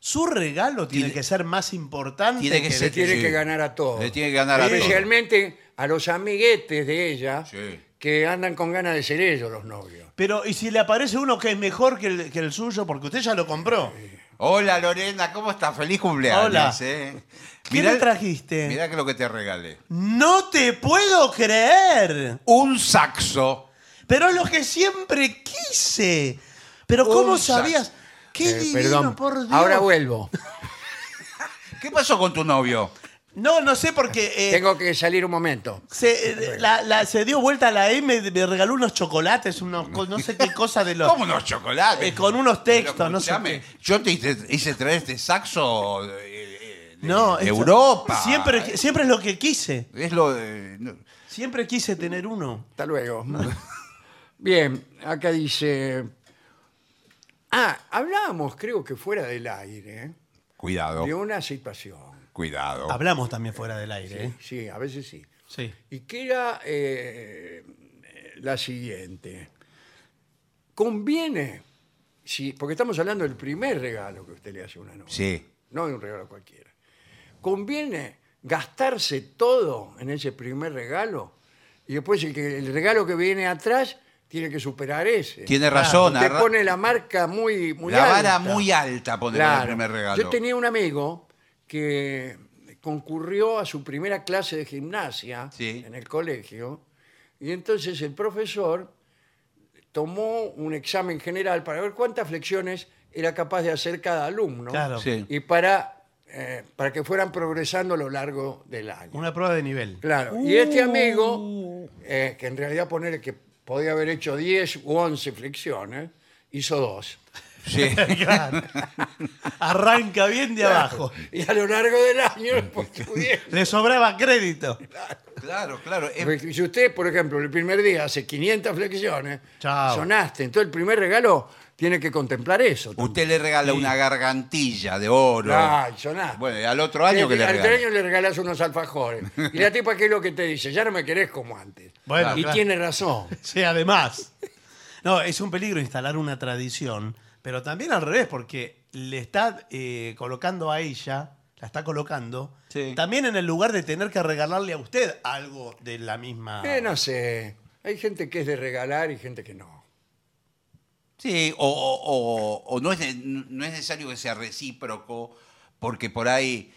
Su regalo tiene, Tiene- que ser más importante. tiene que que Le ser- de- tiene Sí. que ganar a todos. Le tiene que ganar a todos. Especialmente a los amiguetes de ella Sí. que andan con ganas de ser ellos los novios. Pero, ¿y si le aparece uno que es mejor que el, que el suyo? Porque usted ya lo compró. Eh, Hola Lorena, ¿cómo estás? Feliz cumpleaños. Hola. eh. ¿Qué me trajiste? Mirá que lo que te regalé. ¡No te puedo creer! Un saxo. Pero es lo que siempre quise. Pero ¿cómo Un sax- sabías? Qué Eh, divino, perdón, por Dios. ahora vuelvo. ¿Qué pasó con tu novio? No, no sé porque eh, Tengo que salir un momento. se, eh, la- la- se dio vuelta a la M, me regaló unos chocolates, unos, co- no sé qué cosa de los... Como unos chocolates. Eh, con unos textos, Pero no sé escuchame, qué. Yo te hice, hice traer este saxo eh, eh, de, No, de esto- Europa. Siempre, siempre es lo que quise. Es lo de- no. Siempre quise tener uno. Hasta luego. Bien, acá dice. Ah, hablábamos, creo que fuera del aire, Cuidado, de una situación. cuidado. Hablamos también fuera del aire. ¿eh? Sí, a veces sí. Sí. Y que era eh, la siguiente. Conviene, si, porque estamos hablando del primer regalo que usted le hace a una novia. Sí. No de un regalo cualquiera. ¿Conviene gastarse todo en ese primer regalo? Y después el, que- el regalo que viene atrás tiene que superar ese. Tiene Claro, razón. Te arra- pone la marca muy, muy la alta. vara muy alta poner Claro. el primer regalo. Yo tenía un amigo que concurrió a su primera clase de gimnasia Sí. en el colegio y entonces el profesor tomó un examen general para ver cuántas flexiones era capaz de hacer cada alumno Claro. Sí. y para, eh, para que fueran progresando a lo largo del año. Una prueba de nivel. Uh. Claro, y este amigo, eh, que en realidad poner que podía haber hecho 10 u 11 flexiones, hizo dos. Sí. Claro. Arranca bien de abajo. Y a lo largo del año, pues, pudiera. Le sobraba crédito. claro, claro. es- Porque Si usted, por ejemplo, el primer día hace 500 flexiones, Chao. sonaste. Entonces, el primer regalo tiene que contemplar eso. también. usted le regala una gargantilla de oro. eh. Ay, sonaste. Este Bueno, y al otro año que le Ah, Eh, al regala. año le regalas unos alfajores. Y la tipa, ¿qué es lo que te dice? Ya no me querés como antes. Bueno, y claro. tiene razón. Sí, además. No, es un peligro instalar una tradición, pero también al revés, porque le está eh, colocando a ella, la está colocando, Sí. también en el lugar de tener que regalarle a usted algo de la misma. Eh, no sé. Hay gente que es de regalar y gente que no. Sí, o, o- o- o no, es, ne- no es necesario que sea recíproco, porque por ahí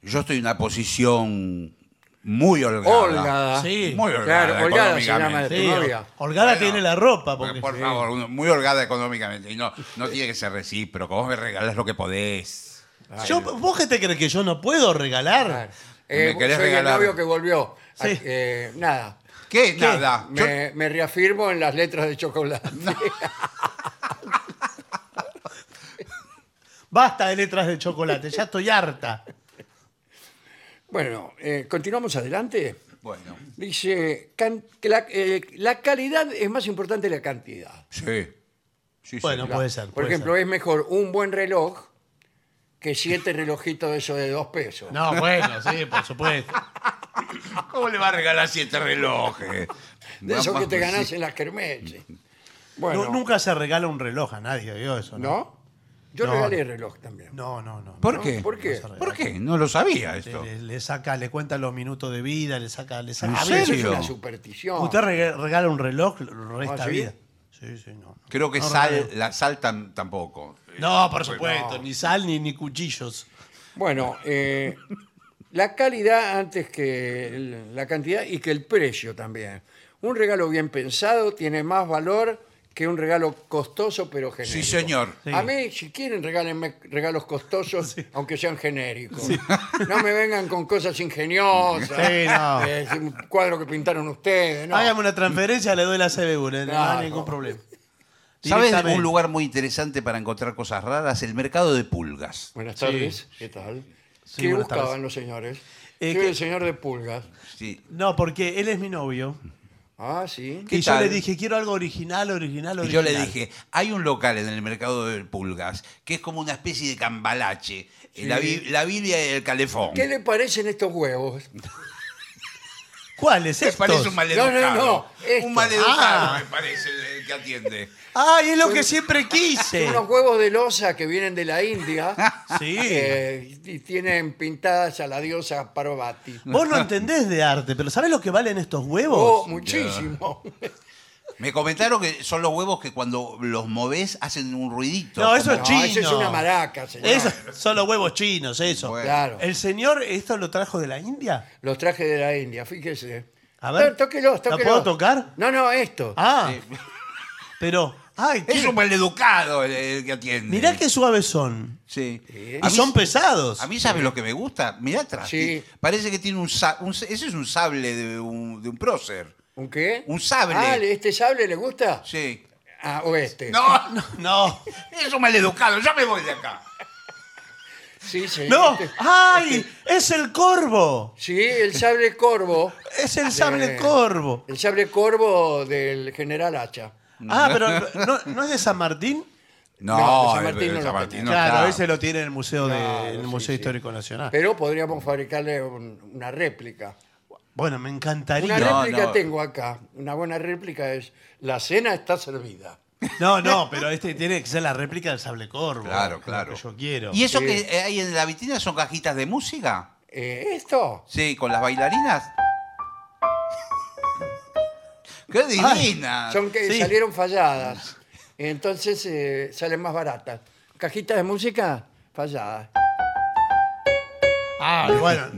yo estoy en una posición muy holgada. Holgada. Sí. Muy Claro, holgada. holgada se llama económicamente. tu novia. Holgada Bueno, tiene la ropa. Porque, Porque, por favor, uno- muy holgada económicamente. Y no, no tiene que ser recíproco. Vos me regalás lo que podés. Yo- ¿Vos qué te crees que yo no puedo regalar? Claro. Eh, ¿Me querés soy regalar? el novio que volvió. Sí. Ah, eh, nada. ¿Qué? Nada. Yo- Me, me reafirmo en las letras de chocolate. Basta de letras de chocolate, ya estoy harta. Bueno, eh, continuamos adelante. Bueno. Dice can- que la, eh, la calidad es más importante que la cantidad. Sí. Sí, sí. Bueno, puede ser. Por puede ejemplo, ser. es mejor un buen reloj que siete relojitos de esos de dos pesos. No, bueno, sí, por supuesto. ¿Cómo le va a regalar este siete relojes? de No, esos que más- te ganas eh? pues sí. en las kermeses. No, Bueno, nunca se regala un reloj a nadie, ¿vio eso? No, ¿no? Yo No. regalé reloj también. no, no. no, no. ¿Por ¿No? qué? ¿Por qué? No se ¿Por qué? No lo sabía esto. Eh, Le, le saca, le cuenta los minutos de vida, le saca, le saca. ¿En A A ver, veces- eso es serio? una superstición. Usted rega- regala un reloj, lo resta ¿Ah, sí? vida. Sí, sí, no. no. Creo que No sal, regala. la sal tam- tampoco. No, por Pues supuesto, no. ni sal ni, ni cuchillos. Bueno, eh, la calidad antes que el- la cantidad y que el precio también. Un regalo bien pensado tiene más valor que un regalo costoso pero genérico. Sí, señor. Sí. A mí, si quieren, regálenme regalos costosos, aunque sean genéricos. No me vengan con cosas ingeniosas. Sí, no. eh, un cuadro que pintaron ustedes. No. Hágame una transferencia, le doy la CBU, no, Claro. hay ningún problema. ¿Sabes Directamente. un lugar muy interesante para encontrar cosas raras? El mercado de pulgas. Buenas Sí. tardes. ¿Qué tal? Sí, ¿Qué buenas buscaban tardes. los señores? Eh, Soy que- el señor de pulgas. Sí. No, porque él es mi novio. Ah, sí. ¿Qué Y yo tal? le dije, quiero algo original, original, Y original. yo le dije, hay un local en el mercado de pulgas que es como una especie de cambalache. Eh, La, bi- la Biblia y el calefón. ¿Qué le parecen estos huevos? ¿Cuál es Me esto? parece un maleducado. No, no, no, esto. Un maleducado Ah. me parece el- el que atiende. ¡Ay, es lo que siempre quise! Unos huevos de losa que vienen de la India Sí. eh, y tienen pintadas a la diosa Parvati. Vos no entendés de arte, pero ¿sabés lo que valen estos huevos? Oh, muchísimo. Me comentaron que son los huevos que cuando los movés hacen un ruidito. No, eso Como- es No, eso chino. es una maraca, señor. Eso- son los huevos chinos, eso. Bueno. Claro. ¿El señor esto lo trajo de la India? Los trajes de la India, fíjese. A ver. No, tóquelos, ¿La tóquelos. puedo tocar? No, no, esto. Ah, pero... Ay, Es qué- un maleducado el, el que atiende. mirá qué suaves son. Sí. Y son pesados. A mí, ¿sabes lo que me gusta? Mirá atrás. Sí. Parece que tiene un, sa- un- Ese es un sable de un, de un prócer. ¿Un qué? Un sable. Ah, ¿este sable le gusta? Sí. Ah, o este. No, no. No, Es un maleducado. Yo me voy de acá. Sí, sí. no. este- ¡Ay! ¡Es el corvo! Sí, el sable corvo. Es el sable Eh. corvo. El sable corvo del general Hacha. Ah, pero ¿no, no es de San Martín? No, No, San el- Martín el no lo San tenía. Martín no claro, está. ese lo tiene en el Museo, de- Claro, en el sí, Museo sí. Histórico Nacional. Pero podríamos fabricarle un- una réplica. bueno, me encantaría. Una No, réplica no. tengo acá. Una buena réplica es la cena está servida. No, no, pero este tiene que ser la réplica del sable corvo. Claro, lo claro. que yo quiero. ¿Y eso Sí. que hay en la vitrina son cajitas de música? Eh, esto. Sí, con las bailarinas. ¡Qué divina! Son que Sí. salieron falladas. Entonces eh, salen más baratas. Cajitas de música falladas. Ah, bueno.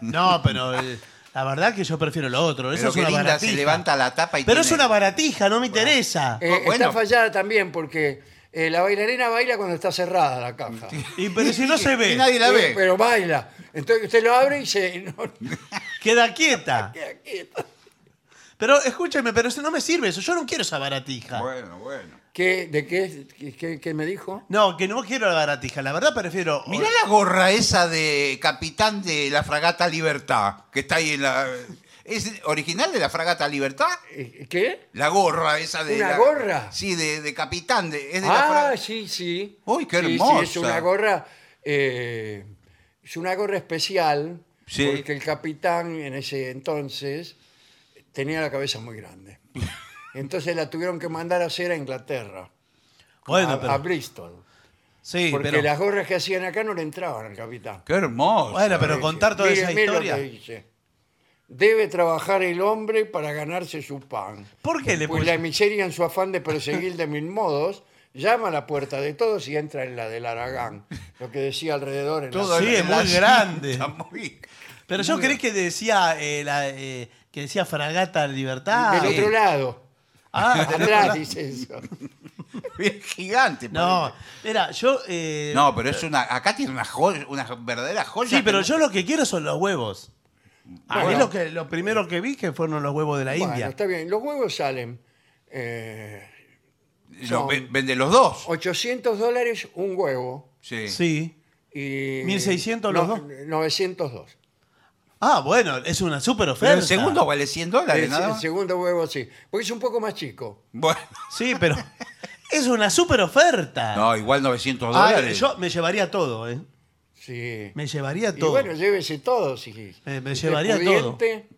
No, pero eh, la verdad que yo prefiero lo otro. Eso Pero es qué una linda, baratija. se levanta la tapa y Pero es tiene- una baratija, no me interesa. Eh, Está bueno. fallada también porque eh, la bailarina baila cuando está cerrada la caja. Y, pero si no se Y ve, nadie la Sí, ve. pero baila. Entonces usted lo abre y se... no, no, queda quieta. aquí- Pero escúcheme, pero eso no me sirve eso. Yo no quiero esa baratija. Bueno, bueno. ¿Qué, ¿De qué, qué- qué- qué me dijo? No, que no quiero la baratija. La verdad prefiero. Mirá la gorra esa de capitán de la fragata Libertad, que está ahí en la... ¿Es original de la fragata Libertad? Eh, ¿Qué? La gorra esa de... ¿Una la- gorra? Sí, de, de capitán. de- es de la Ah, fragata- sí, sí. Uy, qué Sí, sí, es hermosa. una gorra, eh, es una gorra especial, Sí. porque el capitán en ese entonces tenía la cabeza muy grande. Entonces la tuvieron que mandar a hacer a Inglaterra, a, Bueno, a pero. Bristol. Sí, Porque pero. las gorras que hacían acá no le entraban al capitán. Qué hermoso. Bueno, pero contar toda Mire, esa mire lo historia. que dice. Debe trabajar el hombre para ganarse su pan. ¿Por qué le Pues puse- la miseria en su afán de perseguir de mil modos llama a la puerta de todos y entra en la del Aragán, lo que decía alrededor en la- Todo Sí, el- es muy la- grande. está muy- Pero yo creí que decía eh, la, eh, que decía Fragata Libertad. Del otro lado. Ah, del otro Atrás lado. dice eso. Bien gigante. No, parece. mira, yo. eh, No, pero es una. Acá tiene una joya, una verdadera joya. Sí, que pero no- yo lo que quiero son los huevos. A mí Bueno. lo, que, lo primero que vi que fueron los huevos de la Bueno, India. está bien. Los huevos salen eh, Lo no. ve- Vende los dos. 800 dólares un huevo Sí. Sí. y... 1600 los dos. 902. Ah, bueno, es una super Pero oferta. el segundo vale 100 dólares, el, nada el más. segundo huevo sí. Porque es un poco más chico. Bueno. Sí, pero es una super oferta. No, igual 900 Ah, dólares. yo me llevaría todo, ¿eh? Sí. Me llevaría y todo. bueno, llévese todo. Si, Me- me si usted llevaría es todo. pudiente.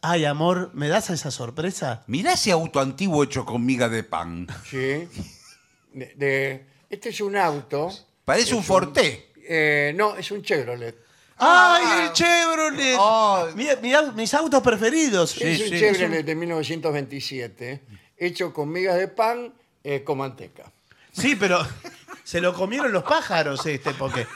Ay, amor, ¿me das esa sorpresa? Mirá ese auto antiguo hecho con miga de pan. Sí. De- de- este es un auto. Parece un Forte. Eh, no, es un Chevrolet. Ah. ¡Ay, el Chevrolet! Oh. Mirá, mirá mis autos preferidos. es un sí, Chevrolet de 1927, hecho con migas de pan eh, con manteca. Sí, pero se lo comieron los pájaros este, porque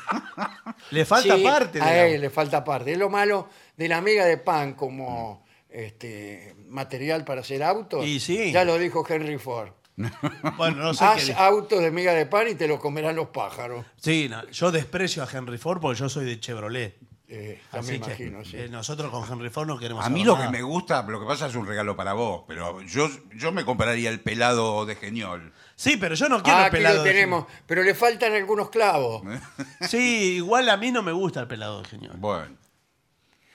le falta Sí, parte. A digamos. él le falta parte. Es lo malo de la miga de pan como este, material para hacer autos. Y sí. Ya lo dijo Henry Ford. Bueno, no sé qué Haz dijo. autos de miga de pan y te lo comerán los pájaros. Sí, no, yo desprecio a Henry Ford porque yo soy de Chevrolet. Eh, ya me Así que imagino, sí. eh, nosotros con Henry Ford no queremos A mí saber lo que nada. me gusta, lo que pasa es un regalo para vos, pero yo, yo me compraría el pelado de Geniol. Sí, pero yo no quiero Ah, el aquí pelado. lo de tenemos. Pero le faltan algunos clavos. señor. Sí, igual a mí no me gusta el pelado, señor. Bueno.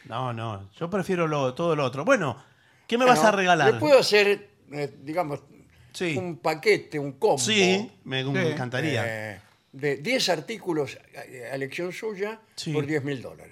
No, no, yo prefiero lo, todo lo otro. Bueno, ¿qué me vas Bueno, a regalar? Le puedo hacer, eh, digamos, Sí. un paquete, un combo. Sí, me, me Sí. encantaría. eh, de 10 artículos eh, a elección suya Sí. por 10 mil dólares.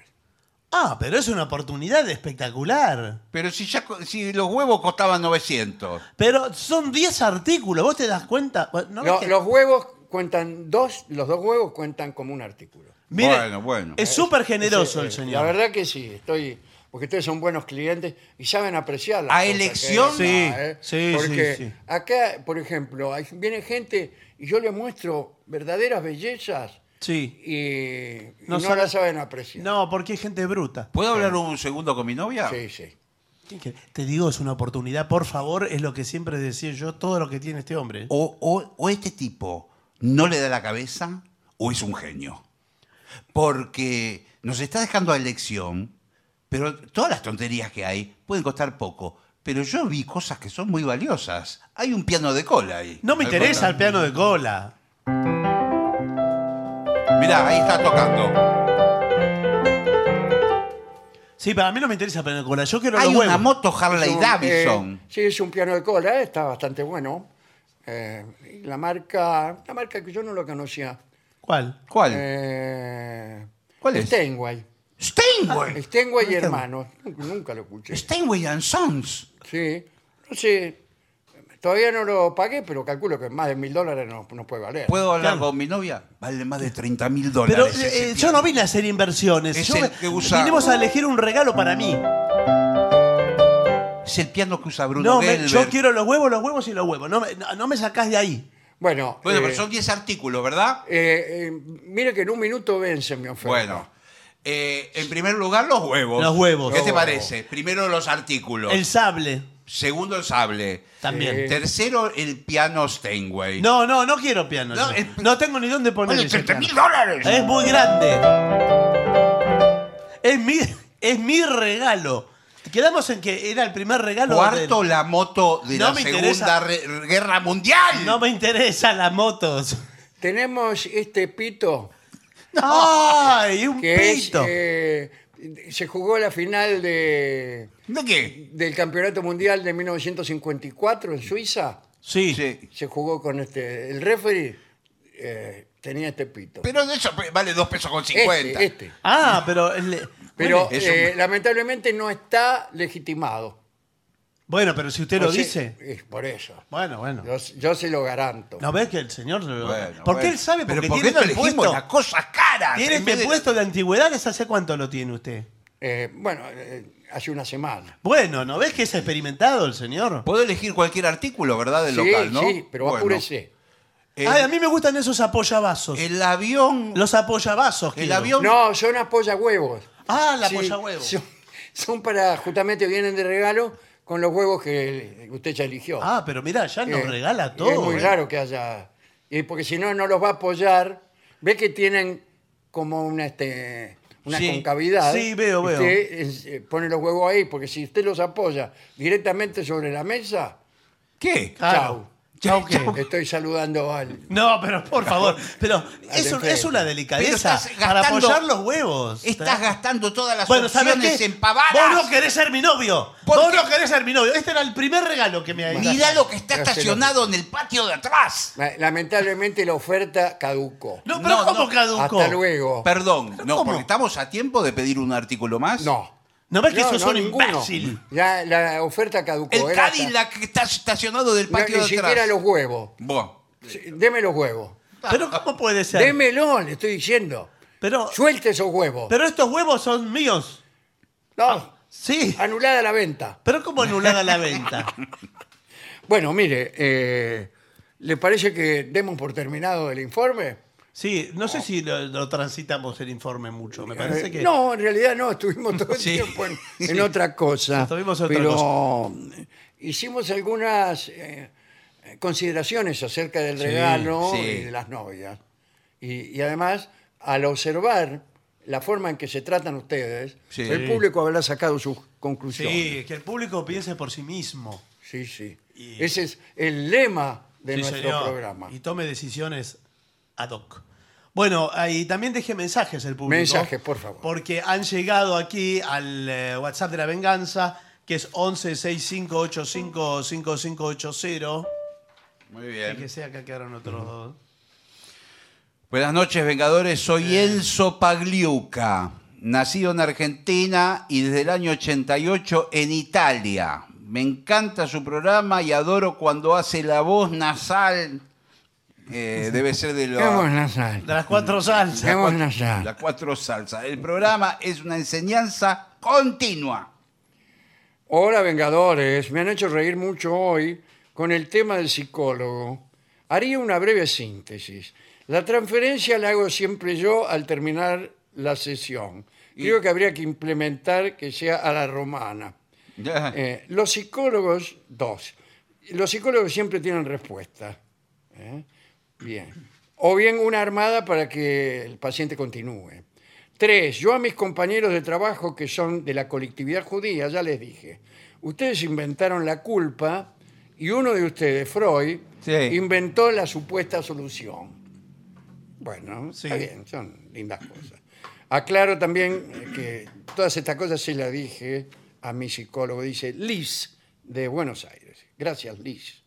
Ah, pero es una oportunidad espectacular. Pero si ya co- si los huevos costaban 900. Pero son 10 artículos, ¿vos te das cuenta? Bueno, ¿no ves Lo- que- Los huevos cuentan dos, los dos huevos cuentan como un artículo. Mire, Bueno, bueno. Es súper Sí, generoso eh, el La señor. verdad que sí, estoy. Porque ustedes son buenos clientes y saben apreciar las ¿A cosas que elección? hay acá, Sí, ¿eh? sí, sí, Porque sí. acá, por ejemplo, hay- viene gente y yo les muestro verdaderas bellezas Sí. y y No no, sabe- la saben apreciar. No, porque hay gente bruta. ¿Puedo hablar un segundo con mi novia? Sí, sí. Te digo, es una oportunidad, por favor, es lo que siempre decía yo, todo lo que tiene este hombre. O, o- o este tipo no le da la cabeza o es un genio. Porque nos está dejando a elección, pero todas las tonterías que hay pueden costar poco. Pero yo vi cosas que son muy valiosas. Hay un piano de cola ahí. No me Al interesa el costado. piano de cola. Mirá, ahí está tocando. Sí, para mí no me interesa el piano de cola. Yo quiero Hay los una huevos. moto Es Harley un, Davidson. eh, sí, es un piano de cola, eh, está bastante bueno. Eh, y la marca, la marca que yo no lo conocía. ¿Cuál? ¿Cuál? Eh, ¿Cuál es? Steinway. ah, Steinway. Steinway y hermanos. Nunca, nunca lo escuché. Steinway and Sons. Sí. No sé. Todavía no lo pagué, pero calculo que más de mil dólares no, no puede valer. ¿Puedo hablar Claro. con mi novia? Vale más de 30 mil Pero dólares. ese eh, yo piano. no vine a hacer inversiones. Es Yo el me- que usa- Vinimos a elegir un regalo para mí. Es el piano que usa Bruno No, me- yo Gelber. quiero los huevos, los huevos y los huevos. No me, no- no me sacás de ahí. Bueno, Bueno, eh, pero son 10 artículos, ¿verdad? eh, eh, mire que en un minuto vence mi oferta. Bueno. eh, en primer lugar, los huevos. Los huevos. ¿Qué Los te huevos. parece? Primero los artículos. El sable Segundo, el sable. Eh. también. Tercero, el piano Steinway. No, no, no quiero piano. No, yo. No, el- tengo ni dónde poner ¡Vale ese 30 mil piano. dólares! Es muy grande. Es mi, es mi regalo. Quedamos en que era el primer regalo. Cuarto, de- la moto de No la me Segunda interesa. Re- Guerra Mundial. No me interesan las motos. Tenemos este pito ¡Ay! Un que pito. es. eh, se jugó la final de, ¿De qué? del Campeonato Mundial de 1954 en Suiza. sí. Sí. Se jugó con este. El referee eh, tenía este pito. Pero de eso pues, vale 2 pesos con 50. este, este. Ah, pero. el- Pero es eh, un- lamentablemente no está legitimado. Bueno, pero si usted lo O sea, dice. es por eso. Bueno, bueno. Yo, yo se lo garanto. ¿No ves que el señor.? lo- Bueno, ¿Por qué bueno. él sabe? Pero Porque ¿por qué tiene no este elegimos puesto. las cosas caras? Tiene En este vez de- puesto de antigüedades. ¿Hace cuánto lo tiene usted? Eh, bueno, eh, hace una semana. Bueno, ¿no ves que es experimentado el señor? Puedo elegir cualquier artículo, ¿verdad? Del sí, local, ¿no? sí, pero Bueno, eh, apúrese. el- Ay, a mí me gustan esos apoyavasos. El avión. Los apoyavasos. El quiero. avión- No, son apoya huevos. Ah, la Sí, polla huevo. Son, son para, justamente vienen de regalo con los huevos que usted ya eligió. Ah, pero mira, ya nos Eh, regala y todo. Es muy ¿eh? raro que haya. Y porque si no, no los va a apoyar. Ve que tienen como una, este, una Sí. concavidad. Sí, veo, veo. Usted eh, eh, pone los huevos ahí, porque si usted los apoya directamente sobre la mesa, ¿Qué? Claro. Chau, ¿qué? estoy saludando al. No, pero por favor, pero es, un- enfrente. es una Pero delicadeza estás para gastando- apoyar los huevos. ¿eh? Estás gastando todas las bueno, ¿sabes opciones qué? en pavadas. Vos no querés ser mi novio. ¿Por Vos qué? no querés ser mi novio. Este era el primer regalo que me habías Mirá lo que está Hacelo. estacionado en el patio de atrás. La- Lamentablemente la oferta caducó. No, pero No, ¿cómo no. caducó? Hasta luego. Perdón, no, ¿Cómo? porque estamos a tiempo de pedir un artículo más. No. ¿No ves que No, sos no, un ninguno. imbécil? Ya la oferta caducó. El era hasta- Cadillac que está estacionado del No, patio ni de atrás. siquiera los huevos. Bueno, Sí, Deme los huevos. Pero ¿cómo puede ser? Démelo, le estoy diciendo. Pero, Suelte esos huevos. pero estos huevos son míos. no, Sí. anulada la venta. Pero ¿cómo anulada la venta? Bueno, mire, eh, ¿le parece que demos por terminado el informe? Sí, no sé si lo, lo transitamos el informe mucho. Me parece Eh, que. No, en realidad no, estuvimos todo el Sí. tiempo en, Sí. en otra cosa. Estuvimos en otra pero hicimos algunas eh, consideraciones acerca del regalo sí. y de las novias. Y, y además, al observar la forma en que se tratan ustedes, Sí. el público habrá sacado sus conclusiones. Sí, que el público piense por sí mismo. Sí, sí. Y- Ese es el lema de Sí, nuestro señor. programa. Y tome decisiones ad hoc. Bueno, ah, y también deje mensajes el público. Mensajes, por favor. Porque han llegado aquí al eh, WhatsApp de la venganza, que es 1165855580. muy Y que bien. sea que quedaron otros dos. Buenas noches, Vengadores. Soy Enzo Pagliuca, nacido en Argentina y desde el año 88 en Italia. Me encanta su programa y adoro cuando hace la voz nasal. Eh, debe ser de la... De las cuatro salsas. Qué buena cuatro- ya. la cuatro salsa. El programa es una enseñanza continua. Hola, Vengadores. Me han hecho reír mucho hoy con el tema del psicólogo. Haría una breve síntesis. La transferencia la hago siempre yo al terminar la sesión. Creo que habría que implementar que sea a la romana. Eh, los psicólogos, dos. Los psicólogos siempre tienen respuesta. ¿eh? Bien. O bien una armada para que el paciente continúe. Tres, yo a mis compañeros de trabajo que son de la colectividad judía, ya les dije, ustedes inventaron la culpa y uno de ustedes, Freud, Sí. inventó la supuesta solución. Bueno, Sí. está bien, son lindas cosas. Aclaro también eh, que todas estas cosas se las dije a mi psicólogo, dice Liz de Buenos Aires. Gracias, Liz.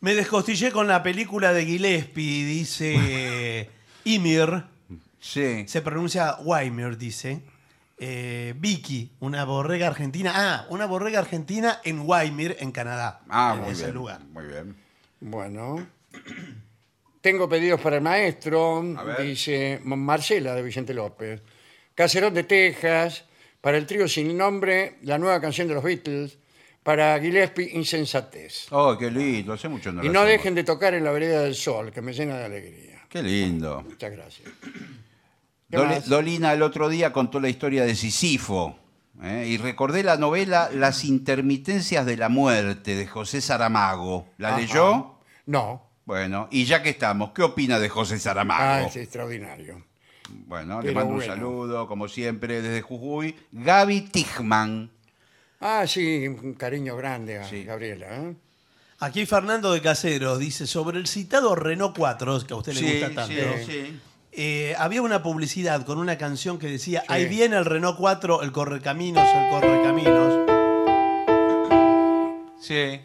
Me descostillé con la película de Gillespie, dice Ymir. Sí. Se pronuncia Weimer, dice. Eh, Vicky, una borrega argentina. Ah, una borrega argentina en Weimir, en Canadá. Ah, en muy ese bien. lugar. Muy bien. Bueno, tengo pedidos para el maestro, A ver. dice Marcela de Vicente López. Cacerón de Texas, para el trío sin nombre, la nueva canción de los Beatles, para Gillespie, Insensatez. Oh, qué lindo. Hace mucho no Y lo no hacemos. dejen de tocar en la vereda del sol, que me llena de alegría. Qué lindo. Muchas gracias. ¿Qué Dol- más? Dolina el otro día contó la historia de Sisifo. ¿eh? Y recordé la novela Las intermitencias de la muerte de José Saramago. ¿La Ajá. leyó? No. Bueno, y ya que estamos, ¿qué opina de José Ah, Saramago? es extraordinario. Bueno, le Pero mando un bueno. saludo, como siempre, desde Jujuy. Gaby Tichman. Ah, sí, un cariño grande a Sí. Gabriela. ¿eh? Aquí Fernando de Caseros dice sobre el citado Renault 4, que a usted le gusta tanto. sí. eh, había una publicidad con una canción que decía: Sí. Ahí viene el Renault 4, el correcaminos, el correcaminos. Sí.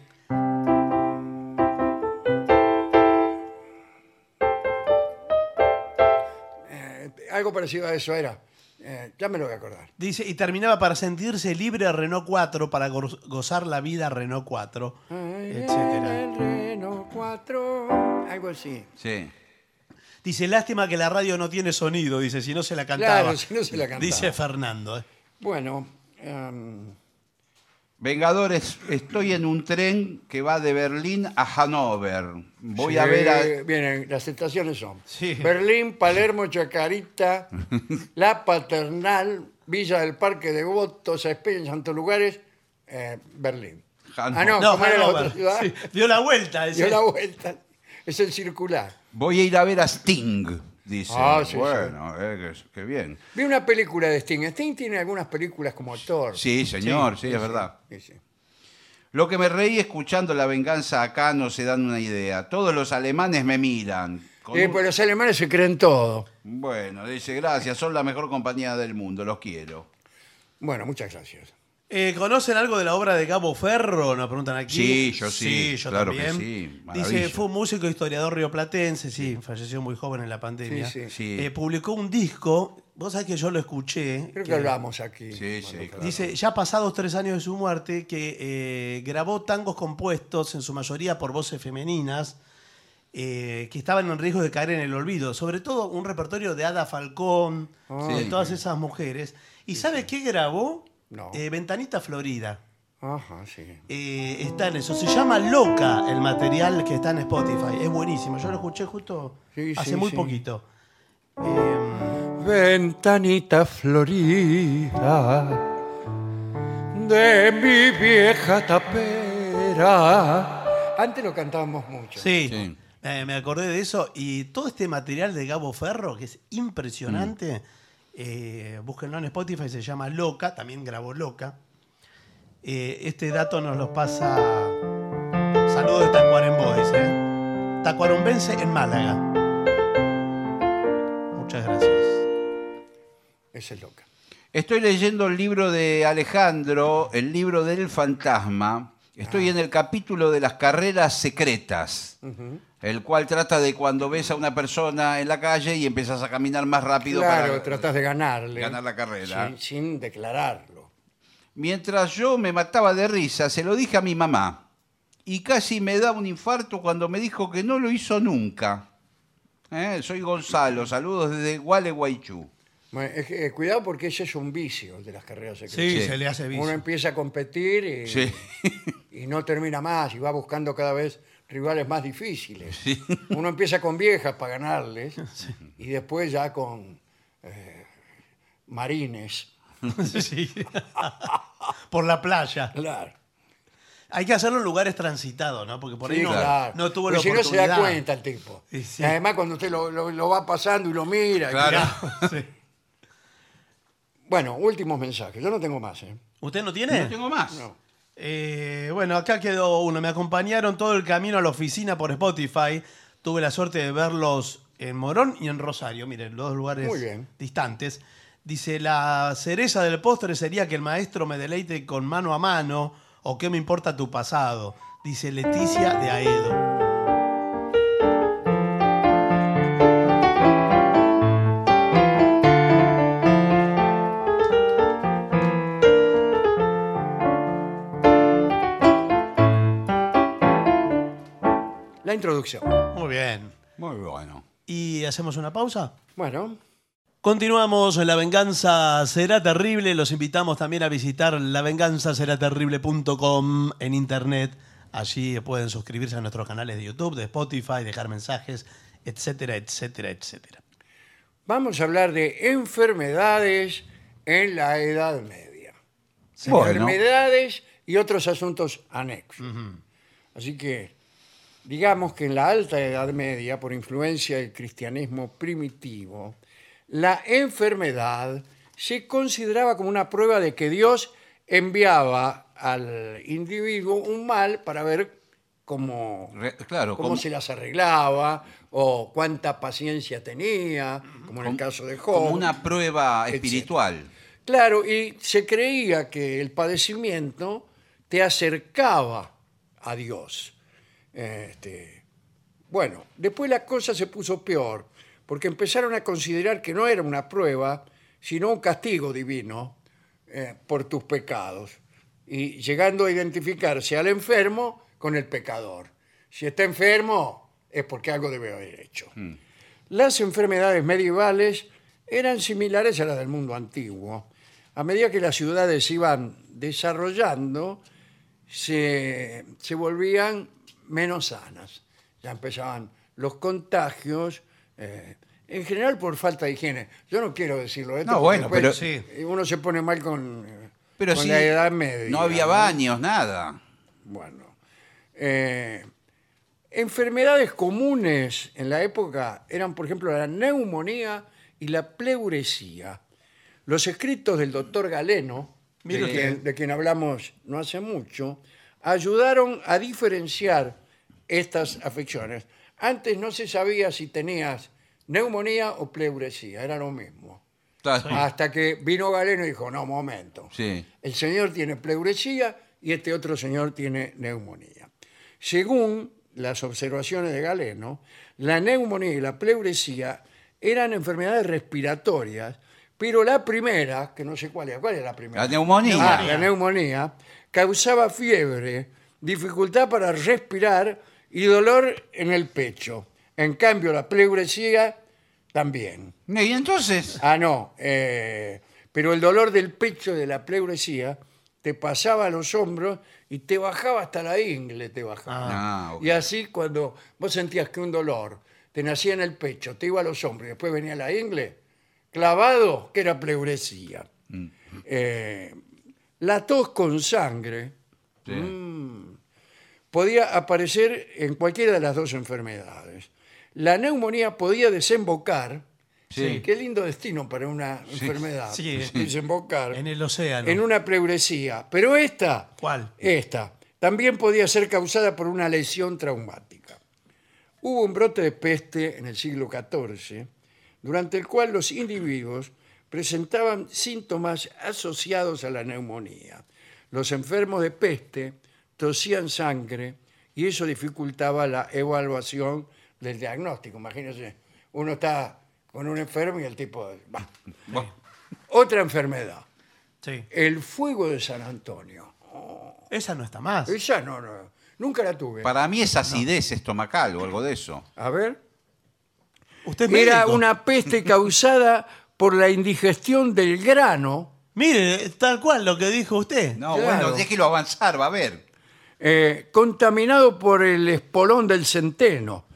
Eh, algo parecido a eso era. Eh, ya me lo voy a acordar. Dice, y terminaba para sentirse libre Renault 4, para go- gozar la vida Renault 4, etcétera. El Renault 4, algo así. Sí. Dice, lástima que la radio no tiene sonido, dice, si no se la cantaba. Claro, si no se la cantaba. Dice Fernando. eh. Bueno, em, Vengadores, estoy en un tren que va de Berlín a Hannover. Voy a sí, ver a... Bien, las estaciones son Sí. Berlín, Palermo, Chacarita, La Paternal, Villa del Parque de Votos, Espeña, Santos Lugares, eh, Berlín. Hannover. Ah, no, No, ¿cómo era la Hannover. otra ciudad? Sí, Dio la vuelta. ese. Dio la vuelta. Es el circular. Voy a ir a ver a Sting, dice. Ah, sí, sí. bueno, eh, qué- qué bien. Vi una película de Sting. Sting tiene algunas películas como actor. Sí, señor, sí, es verdad. Sí, sí. Lo que me reí escuchando la venganza acá no se dan una idea. Todos los alemanes me miran. Con Eh, un- pues los alemanes se creen todo. Bueno, dice, gracias, son la mejor compañía del mundo, los quiero. Bueno, muchas gracias. Eh, ¿Conocen algo de la obra de Gabo Ferro? Nos preguntan aquí. Sí, yo sí, claro que sí, maravilla. Dice, fue un músico e historiador rioplatense, sí, falleció muy joven en la pandemia. Sí, sí. Sí. Eh, publicó un disco, vos sabés que yo lo escuché. Creo que que- hablamos aquí. Sí, Bueno, sí, claro. Dice, ya pasados tres años de su muerte, que eh, grabó tangos compuestos, en su mayoría por voces femeninas, eh, que estaban en riesgo de caer en el olvido. Sobre todo un repertorio de Ada Falcón, de Sí. todas esas mujeres. ¿Y sabe qué grabó? No. Eh, Ventanita Florida. Ajá, sí. Eh, está en eso. Se llama Loca el material que está en Spotify. Es buenísimo. Yo lo escuché justo Sí, hace sí, muy sí. poquito. Eh, Ventanita florida de mi vieja tapera. Antes lo cantábamos mucho. Sí. Sí. Eh, me acordé de eso y todo este material de Gabo Ferro, que es impresionante, Mm. eh, búsquenlo en Spotify, se llama Loca, también grabó Loca. Eh, este dato nos lo pasa. Saludos de Tacuarembó, dice. ¿eh? Tacuarumbense en Málaga. Muchas gracias. Esa es loca. Estoy leyendo el libro de Alejandro, el libro del fantasma. Estoy en el capítulo de las carreras secretas, el cual trata de cuando ves a una persona en la calle y empiezas a caminar más rápido Claro, para tratás de ganarle. ganar la carrera. Sin, sin declararlo. Mientras yo me mataba de risa, se lo dije a mi mamá. Y casi me da un infarto cuando me dijo que no lo hizo nunca. Eh, Soy Gonzalo, saludos desde Gualeguaychú. Bueno, es que, eh, cuidado porque ese es un vicio de las carreras secretas. Sí, Sí. se le hace vicio. Uno empieza a competir y, Sí. y no termina más y va buscando cada vez rivales más difíciles. Uno empieza con viejas para ganarles y después ya con eh, marines. Sí. Por la playa. Claro. Hay que hacerlo en lugares transitados, ¿no? Porque por ahí Sí, no, claro. no tuvo Porque la si no se oportunidad. da cuenta el tipo. Y sí. Y además cuando usted lo, lo- lo va pasando y lo mira. y Claro. mira. Sí. Bueno, últimos mensajes. Yo no tengo más. ¿eh? ¿Usted no tiene? No tengo más. No. Eh, bueno, acá quedó uno. Me acompañaron todo el camino a la oficina por Spotify. Tuve la suerte de verlos en Morón y en Rosario. Miren, los dos lugares Muy bien. distantes. Dice, la cereza del postre sería que el maestro me deleite con mano a mano o qué me importa tu pasado. Dice Leticia de Aedo. La introducción. Muy bien. Muy bueno. ¿Y hacemos una pausa? Bueno, Continuamos, La Venganza Será Terrible. Los invitamos también a visitar lavenganzaseraterrible.com en internet. Allí pueden suscribirse a nuestros canales de YouTube, de Spotify, dejar mensajes, etcétera, etcétera, etcétera. vamos a hablar de enfermedades en la Edad Media. Bueno, Enfermedades y otros asuntos anexos. Así que digamos que en la Alta Edad Media, por influencia del cristianismo primitivo, la enfermedad se consideraba como una prueba de que Dios enviaba al individuo un mal para ver cómo, re- claro, cómo como- se las arreglaba o cuánta paciencia tenía, como en el caso de Job. como una prueba etcétera. espiritual. Claro, y se creía que el padecimiento te acercaba a Dios. Este, bueno, después la cosa se puso peor, porque empezaron a considerar que no era una prueba, sino un castigo divino eh, por tus pecados, y llegando a identificarse al enfermo con el pecador. Si está enfermo, es porque algo debe haber hecho. Las enfermedades medievales eran similares a las del mundo antiguo. A medida que las ciudades se iban desarrollando, se, se volvían menos sanas. Ya empezaban los contagios, eh, en general por falta de higiene. Yo no quiero decirlo. esto No, porque bueno, después pero- Uno se pone mal con, Pero con sí, la edad media. no había baños, nada. Bueno. Eh, enfermedades comunes en la época eran, por ejemplo, la neumonía y la pleuresía. Los escritos del doctor Galeno, de Mire usted. quien, de quien hablamos no hace mucho, ayudaron a diferenciar estas afecciones. Antes no se sabía si tenías neumonía o pleuresía, era lo mismo. Claro. Hasta que vino Galeno y dijo, no, momento. Sí. El señor tiene pleuresía y este otro señor tiene neumonía. Según las observaciones de Galeno, la neumonía y la pleuresía eran enfermedades respiratorias, pero la primera, que no sé cuál era, ¿cuál era la primera? La neumonía. Ah, la neumonía, causaba fiebre, dificultad para respirar y dolor en el pecho. En cambio, la pleuresía también. Y entonces, Ah, no. eh, pero el dolor del pecho de la pleuresía te pasaba a los hombros y te bajaba hasta la ingle, te bajaba. Ah. Ah, ok. Y así cuando vos sentías que un dolor te nacía en el pecho, te iba a los hombros y después venía la ingle, clavado, que era pleuresía. Eh, la tos con sangre sí. Mm, podía aparecer en cualquiera de las dos enfermedades. La neumonía podía desembocar, Sí. qué lindo destino para una enfermedad, Sí. desembocar En el océano. en una pleuresía. Pero esta, ¿Cuál? esta, también podía ser causada por una lesión traumática. Hubo un brote de peste en el siglo XIV, durante el cual los individuos presentaban síntomas asociados a la neumonía. Los enfermos de peste tosían sangre y eso dificultaba la evaluación del diagnóstico. Imagínense, uno está con un enfermo y el tipo... "Bah". Bueno, Otra enfermedad. Sí. El fuego de San Antonio. Esa no está más. Esa no, no, nunca la tuve. para mí es acidez estomacal o algo de eso. A ver. Usted es Era médico. una peste causada por la indigestión del grano. Mire, tal cual lo que dijo usted. No, Claro. bueno, déjelo avanzar, va a ver. eh, contaminado por el espolón del centeno.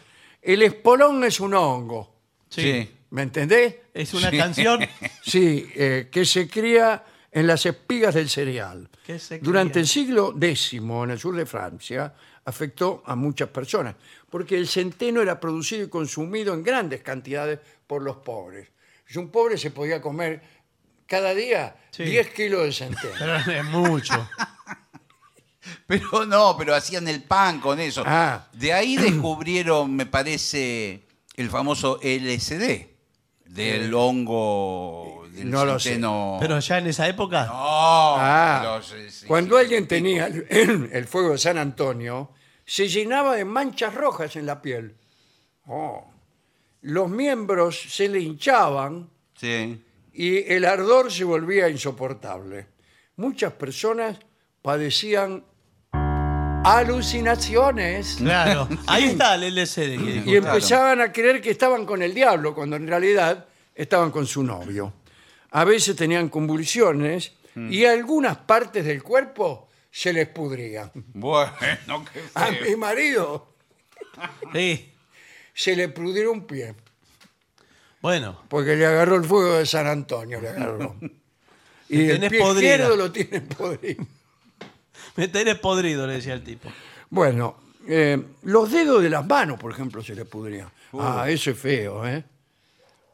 El espolón es un hongo, Sí. ¿me entendés? Es una canción. Sí, eh, que se cría en las espigas del cereal. Que se cría. Durante el siglo X, en el sur de Francia, afectó a muchas personas, porque el centeno era producido y consumido en grandes cantidades por los pobres. Y un pobre se podía comer cada día Sí. 10 kilos de centeno. Pero es mucho. Pero no, pero hacían el pan con eso. Ah. De ahí descubrieron, me parece, el famoso LSD, del hongo, del No lo sé. centeno. Pero ya en esa época. No, Ah, los, eh, sí, cuando sí. alguien tenía el, el fuego de San Antonio, se llenaba de manchas rojas en la piel. Oh. Los miembros se le hinchaban Sí. y el ardor se volvía insoportable. Muchas personas padecían alucinaciones Claro. Ahí está el LCD que dijo. y empezaban a creer que estaban con el diablo, cuando en realidad estaban con su novio. A veces tenían convulsiones Mm. y algunas partes del cuerpo se les pudrían. Bueno, qué feo. A mi marido Sí. se le pudrió un pie Bueno. porque le agarró el fuego de San Antonio, le agarró. Y el tenés pie podrida. izquierdo lo tiene podrido. Me tenés podrido, le decía el tipo. Bueno, eh, los dedos de las manos, por ejemplo, se les pudrían. Ah, eso es feo, ¿eh?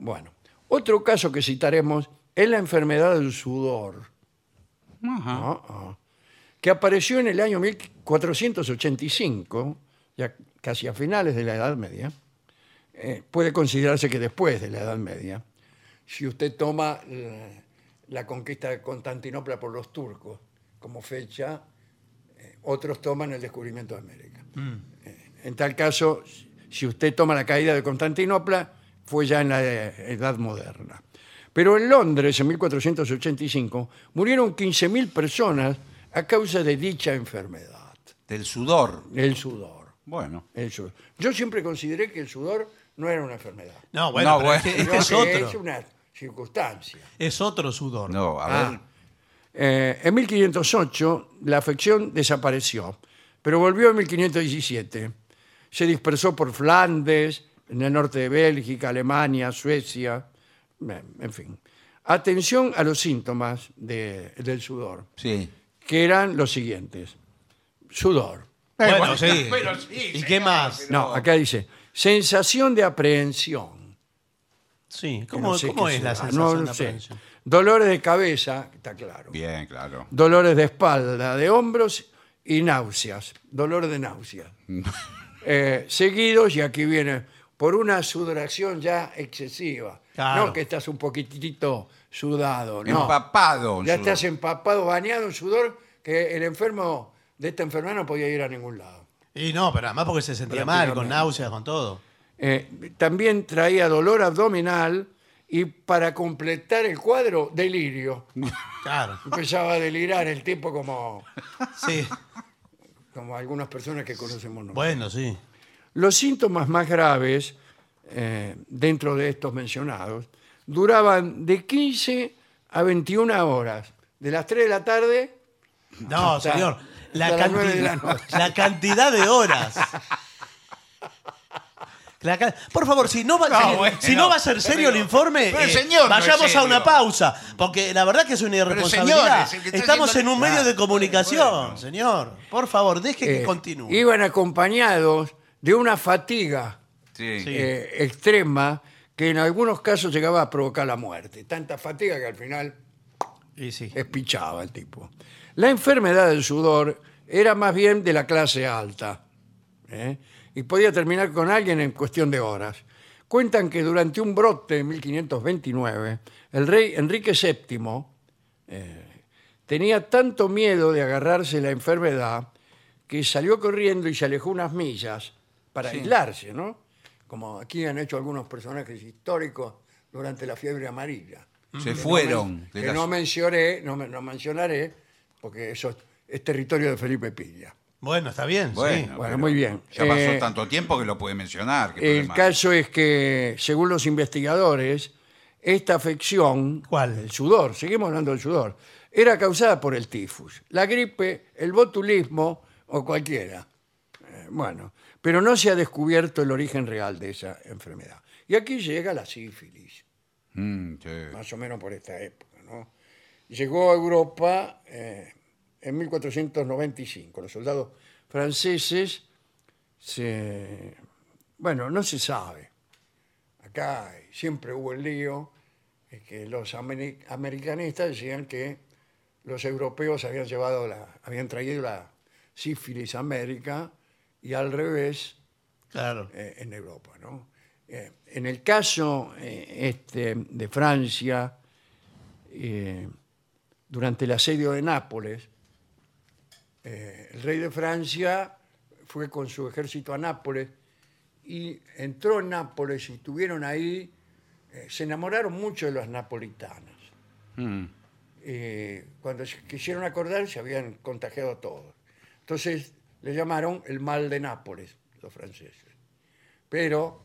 Bueno, otro caso que citaremos es la enfermedad del sudor, Ajá. Ah, ah. que apareció en el año 1485, ya casi a finales de la Edad Media. Eh, puede considerarse que después de la Edad Media, si usted toma eh, la conquista de Constantinopla por los turcos como fecha, eh, otros toman el descubrimiento de América. Mm. Eh, en tal caso, si usted toma la caída de Constantinopla, fue ya en la eh, Edad Moderna. Pero en Londres, en 1485, murieron 15.000 personas a causa de dicha enfermedad, Del sudor. el sudor. Bueno. El sudor. Yo siempre consideré que el sudor no era una enfermedad. No, bueno, No, pero bueno. Este, sino este es que otro. es una circunstancia. Es otro sudor. No, a Ah. ver. Eh, en 1508 la afección desapareció, pero volvió en 1517. Se dispersó por Flandes, en el norte de Bélgica, Alemania, Suecia, eh, en fin. Atención a los síntomas de- del sudor, Sí. que eran los siguientes. Sudor. Bueno, bueno, sí. bueno, sí, ¿Y qué más? No, acá dice, sensación de aprehensión. Sí, que ¿cómo, no sé cómo qué es la será. sensación No, de no sé. aprehensión? Dolores de cabeza, está claro. Bien, claro. Dolores de espalda, de hombros y náuseas. Dolor de náuseas. Eh, seguidos, y aquí viene, por una sudoración ya excesiva. Claro. No que estás un poquitito sudado, no. Empapado. en Ya sudor. estás empapado, bañado en sudor, que el enfermo de esta enfermedad no podía ir a ningún lado. Y no, pero además porque se sentía mal, con náuseas, con todo. Eh, también traía dolor abdominal y para completar el cuadro, delirio. Claro, Empezaba a delirar el tipo como, sí. como algunas personas que conocemos nosotros. Bueno, sí. Los síntomas más graves, eh, dentro de estos mencionados, duraban de 15 a 21 horas, de las 3 de la tarde. No, Hasta- señor. La hasta las nueve de la cantidad, noche. la cantidad de horas. La ca- Por favor, si no, va, No, si- bueno. si no va a ser serio el Pero- informe, eh, pero el señor no es vayamos a una serio. pausa. Porque la verdad que es una el señor irresponsabilidad. es el que está Estamos en haciendo- un medio de Claro, comunicación, bueno. señor. Por favor, deje que eh, continúe. Iban acompañados de una fatiga Sí. Sí. eh, extrema que en algunos casos llegaba a provocar la muerte. Tanta fatiga que al final Y sí. espichaba el tipo. La enfermedad del sudor era más bien de la clase alta ¿eh? y podía terminar con alguien en cuestión de horas. Cuentan que durante un brote en 1529, el rey Enrique VII eh, tenía tanto miedo de agarrarse la enfermedad que salió corriendo y se alejó unas millas para aislarse, ¿no? Como aquí han hecho algunos personajes históricos durante la fiebre amarilla Se no men- fueron. de que la- no mencioné, no, men- no mencionaré, porque eso es, es territorio de Felipe Pilla. Bueno, está bien, Bueno, sí. Bueno, pero muy bien. Ya pasó Eh, tanto tiempo que lo puede mencionar. qué El problema. caso es que, según los investigadores, esta afección, ¿Cuál? el sudor, seguimos hablando del sudor, era causada por el tifus, la gripe, el botulismo o cualquiera. Eh, Bueno, pero no se ha descubierto el origen real de esa enfermedad. Y aquí llega la sífilis. Mm, sí. más o menos por esta época. ¿no? Llegó a Europa eh, en 1495. Los soldados franceses se... Bueno, no se sabe. Acá siempre hubo el lío eh, que los ameri- americanistas decían que los europeos habían llevado la, habían traído la sífilis a América y al revés Claro. eh, en Europa. ¿no? Eh, en el caso eh, este, de Francia, eh, durante el asedio de Nápoles, eh, el rey de Francia fue con su ejército a Nápoles y entró en Nápoles y estuvieron ahí, eh, se enamoraron mucho de los napolitanos. Mm. Eh, cuando se quisieron acordar se habían contagiado todos. Entonces le llamaron el mal de Nápoles, los franceses. Pero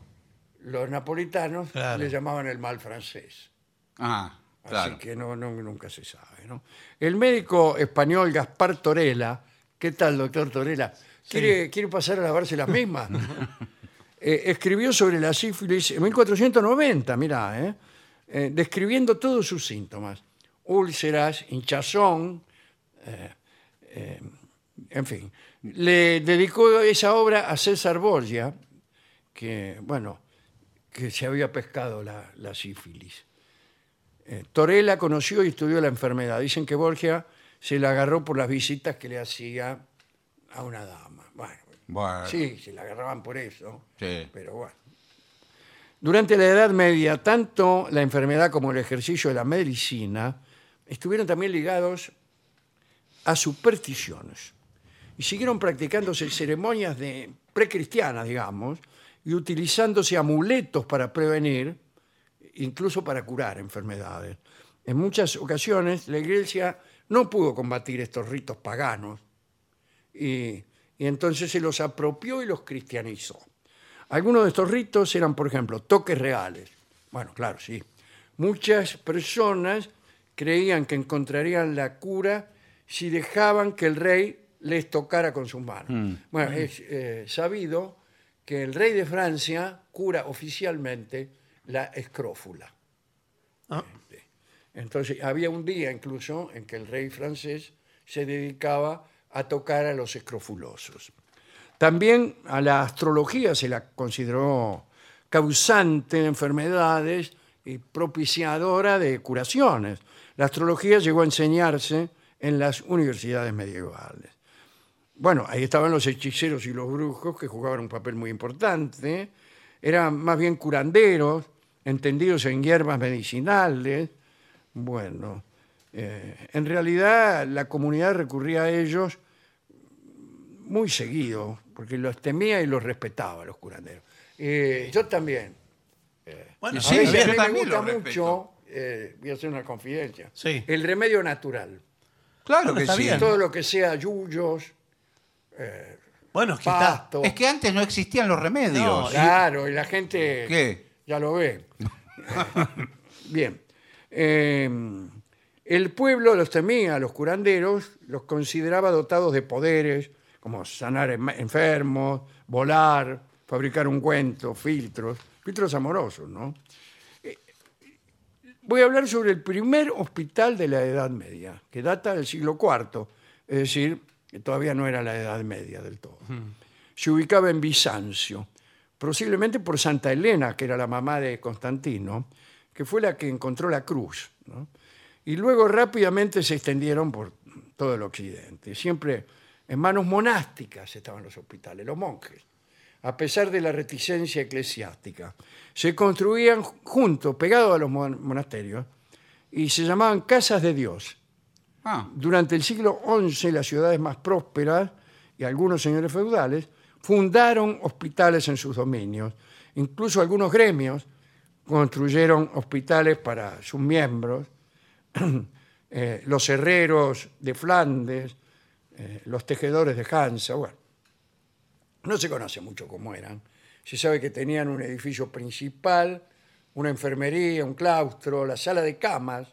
los napolitanos Claro. le llamaban el mal francés. Ah, claro. Así que no, no- nunca se sabe. ¿no? El médico español Gaspar Torella, ¿qué tal, doctor Torella? ¿Quiere, quiere pasar a lavarse las mismas? Eh, escribió sobre la sífilis en 1490, mirá, ¿eh? Eh, describiendo todos sus síntomas. Úlceras, hinchazón, eh, eh, en fin. Le dedicó esa obra a César Borgia, que, bueno, que se había pescado la, la sífilis. Eh, Torella conoció y estudió la enfermedad. Dicen que Borgia se la agarró por las visitas que le hacía a una dama. Bueno, Bueno, Sí, se la agarraban por eso. Sí. Pero bueno. Durante la Edad Media, tanto la enfermedad como el ejercicio de la medicina estuvieron también ligados a supersticiones y siguieron practicándose ceremonias de precristianas, digamos, y utilizándose amuletos para prevenir, incluso para curar enfermedades. En muchas ocasiones la Iglesia no pudo combatir estos ritos paganos y, y entonces se los apropió y los cristianizó. Algunos de estos ritos eran, por ejemplo, toques reales. Bueno, claro, sí. Muchas personas creían que encontrarían la cura si dejaban que el rey les tocara con sus manos. Bueno, es eh, sabido que el rey de Francia cura oficialmente la escrófula. Ah. Este, Entonces, había un día incluso en que el rey francés se dedicaba a tocar a los escrofulosos. También a la astrología se la consideró causante de enfermedades y propiciadora de curaciones. La astrología llegó a enseñarse en las universidades medievales. Bueno, ahí estaban los hechiceros y los brujos que jugaban un papel muy importante. Eran más bien curanderos, entendidos en hierbas medicinales. Bueno, eh, en realidad la comunidad recurría a ellos muy seguido, porque los temía y los respetaba los curanderos. Eh, yo también. Bueno, Y a sí, veces yo a mí me también gusta lo respeto. mucho, eh, voy a hacer una confidencia, Sí. el remedio natural. Claro Bueno, que está sí. bien. Todo lo que sea yuyos, Bueno, es que está. pasto, Es que antes no existían los remedios. No, Claro, y la gente ¿Qué? ya lo ve. Bien. Eh, el pueblo los temía, los curanderos, los consideraba dotados de poderes, como sanar enma- enfermos, volar, fabricar ungüentos, filtros, filtros amorosos, ¿no? Eh, Voy a hablar sobre el primer hospital de la Edad Media, que data del siglo IV, es decir, que todavía no era la Edad Media del todo se ubicaba en Bizancio, posiblemente por Santa Elena, que era la mamá de Constantino, que fue la que encontró la cruz. ¿no? Y luego rápidamente se extendieron por todo el occidente. Siempre en manos monásticas estaban los hospitales, los monjes, a pesar de la reticencia eclesiástica. Se construían ju- juntos, pegados a los mon- monasterios, y se llamaban casas de Dios. Ah, Durante el siglo XI, las ciudades más prósperas y algunos señores feudales fundaron hospitales en sus dominios. Incluso algunos gremios construyeron hospitales para sus miembros. Eh, los herreros de Flandes, eh, los tejedores de Hansa, bueno. No se conoce mucho cómo eran. Se sabe que tenían un edificio principal, una enfermería, un claustro, la sala de camas,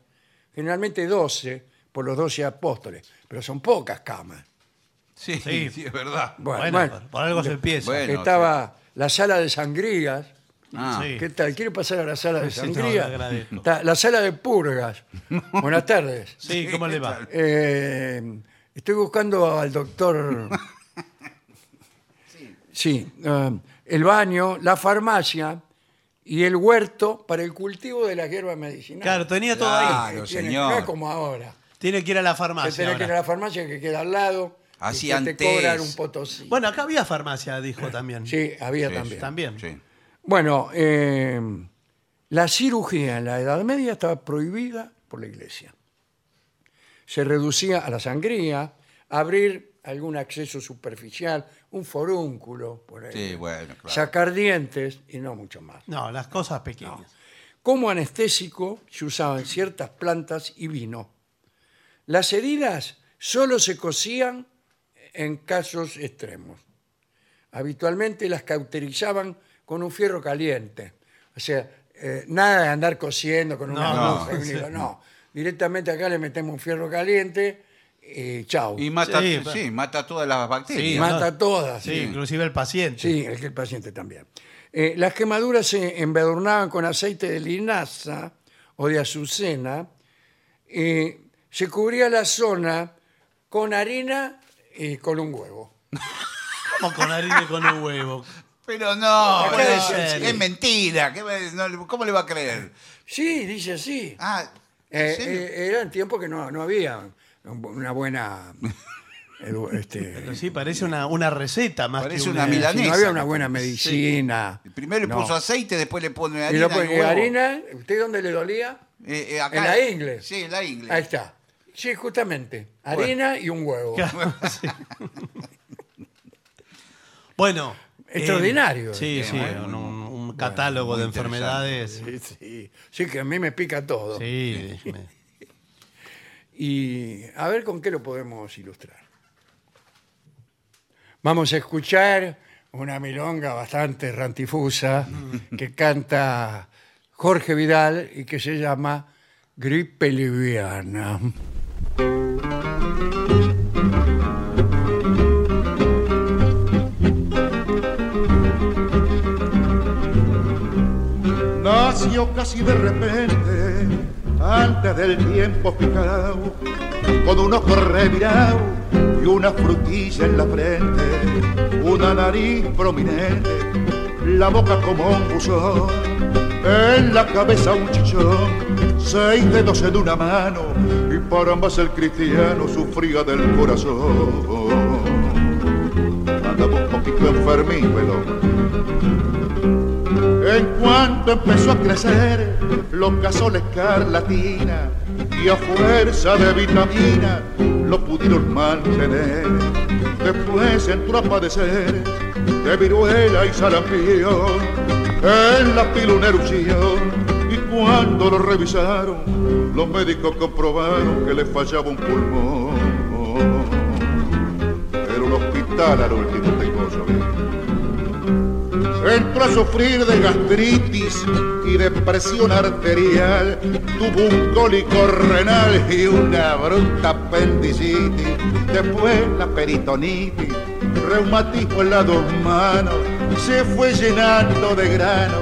generalmente 12 por los 12 apóstoles, pero son pocas camas. sí, Sí. sí, es verdad. Bueno, Bueno, bueno. por, por algo se empieza. Bueno. estaba la sala de sangrías. Ah, Sí. ¿Qué tal? ¿Quiere pasar a la sala de Sí, no, le sangrías? agradezco. Está la sala de purgas. Buenas tardes. Sí, ¿cómo le va? Eh, estoy buscando al doctor. Sí, um, el baño, la farmacia y el huerto para el cultivo de las hierbas medicinales. Claro, tenía todo ahí. Claro, Tiene- señor. No es como ahora. Tiene que ir a la Que farmacia. tenés que ir a Ah, ahora. la farmacia que queda al lado. y Así que antes. te cobran un potosí. Bueno, acá había farmacia, dijo también. sí, había Sí, también. También. sí. Bueno, eh, la cirugía en la Edad Media estaba prohibida por la Iglesia. Se reducía a la sangría, abrir algún acceso superficial, un forúnculo, por ahí, Sí, bueno, claro. sacar dientes y no mucho más. No, las cosas pequeñas. Como anestésico se usaban ciertas plantas y vino. Las heridas solo se cosían en casos extremos. Habitualmente las cauterizaban con un fierro caliente. O sea, eh, nada de andar cosiendo con una No, aguja y un hilo, no. Directamente acá le metemos un fierro caliente y chau. Y mata, Sí, sí, pa- mata todas las Y bacterias. ma- mata todas. Sí, inclusive el paciente. Sí, el, el paciente también. Eh, las quemaduras se embadurnaban con aceite de linaza o de azucena. eh, se cubría la zona con harina y con un huevo. Como con harina y con un huevo. Pero no, Puede es, ser. es mentira. ¿qué va- no, ¿Cómo le va a creer? Sí, dice así. Ah, Eh, ¿en serio? eh, eran tiempos que no, no había un bu- una buena... edu- este, Pero sí, parece una, una receta más Parece que eh, una milanesa. no había una Sí. buena medicina. Primero le eh, No. puso aceite, después le pone Y harina. no, pues, y huevo. harina, ¿usted dónde le dolía? Eh, eh, acá- En la ingle. Sí, en la ingle. Ahí está. Sí, justamente. Harina y un huevo. Sí. Bueno. Extraordinario. eh, sí, sí, bueno, un, un bueno, catálogo muy de interesante. enfermedades. Sí, sí. Sí, que a mí me pica todo. Sí, me- Y a ver con qué lo podemos ilustrar. Vamos a escuchar una milonga bastante rantifusa que canta Jorge Vidal y que se llama Gripe Liviana. apareció casi de repente, antes del tiempo picado, con un ojo revirado y una frutilla en la frente, una nariz prominente, la boca como un buzón, en la cabeza un chichón, seis dedos en una mano, y por ambas el cristiano sufría del corazón. Andaba un poquito enfermito el hombre. En cuanto empezó a crecer, lo casó la escarlatina y a fuerza de vitamina lo pudieron mantener. Después entró a padecer de viruela y sarampión en la pila una erupción. Y cuando lo revisaron, los médicos comprobaron que le fallaba un pulmón. Era un hospital al último tengo yo Entró a sufrir de gastritis y de presión arterial. Tuvo un cólico renal y una bruta apendicitis. Después la peritonitis, reumatismo en las dos manos. Se fue llenando de grano,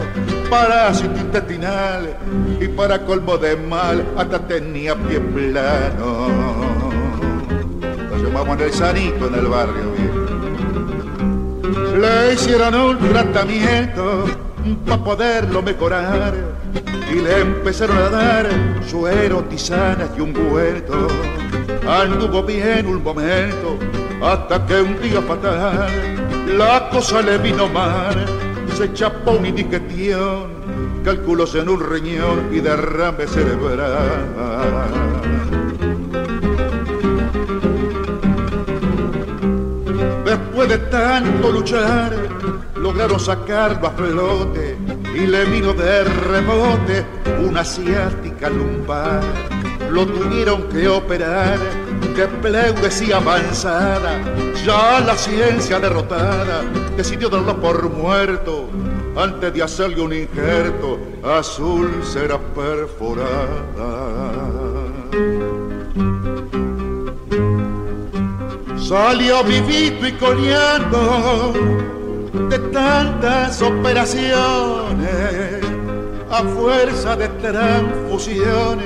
parásito intestinal. Y para colmo de mal, hasta tenía pie plano. Lo llamamos en el sanito en el barrio, viejo. Le hicieron un tratamiento para poderlo mejorar y le empezaron a dar suero, tisanas y ungüento. Anduvo bien un momento hasta que un día fatal la cosa le vino mal. Se chapó un indiquetión, cálculos en un riñón y derrame cerebral. Después de tanto luchar, lograron sacarlo a flote y le vino de rebote una asiática lumbar. Lo tuvieron que operar de pleuresía avanzada. Ya la ciencia derrotada decidió darlo por muerto antes de hacerle un injerto azul será perforada. Salió vivito y coleando de tantas operaciones, a fuerza de transfusiones,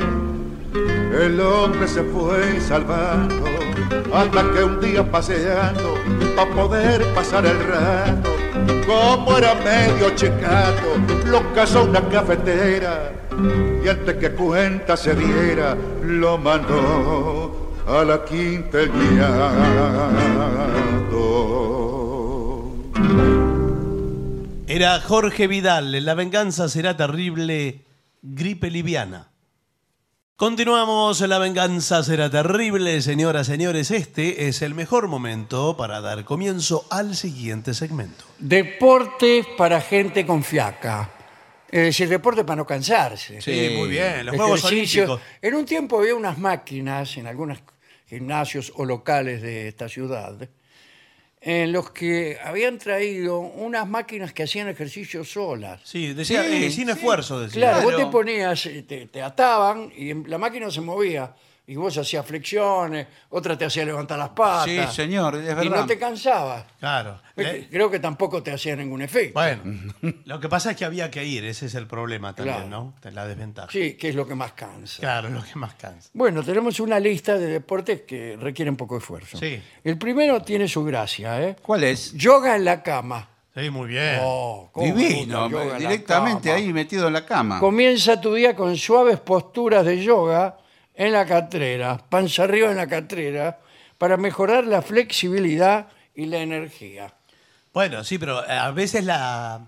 el hombre se fue salvando, hasta que un día paseando, para poder pasar el rato, como era medio checato, lo casó una cafetera, y antes que cuenta se diera, lo mandó a la quinta el guiado. Era Jorge Vidal, en La venganza será terrible, gripe liviana. Continuamos, La venganza será terrible, señoras, señores. Este es el mejor momento para dar comienzo al siguiente segmento. Deportes para gente con fiaca. Es decir, deporte para no cansarse. Sí, muy bien. Los Juegos Ejercicio. Olímpicos. En un tiempo había unas máquinas en algunos gimnasios o locales de esta ciudad en los que habían traído unas máquinas que hacían ejercicio solas. Sí, decía, Sí, eh, sin sí. esfuerzo, decía. Claro, vos te ponías, eh, te, te ataban y en- la máquina se movía y vos hacías flexiones, otra te hacía levantar las Sí, patas. señor, es Y verdad. no te cansabas. Claro. Eh, Creo que tampoco te hacía ningún efecto. Bueno, lo que pasa es que había que ir, ese es el problema también, Claro. ¿no? La desventaja. Sí, que es lo que más cansa. Claro, lo que más cansa. Bueno, tenemos una lista de deportes que requieren poco esfuerzo. Sí. El primero tiene su gracia, ¿eh? ¿Cuál es? Yoga en la cama. Sí, muy bien. Oh, cómo me gusta Divino, el yoga en la directamente cama. ahí metido en la cama. Comienza tu día con suaves posturas de yoga en la catrera, panza arriba en la catrera, para mejorar la flexibilidad y la energía. Bueno, sí, pero eh, a veces la,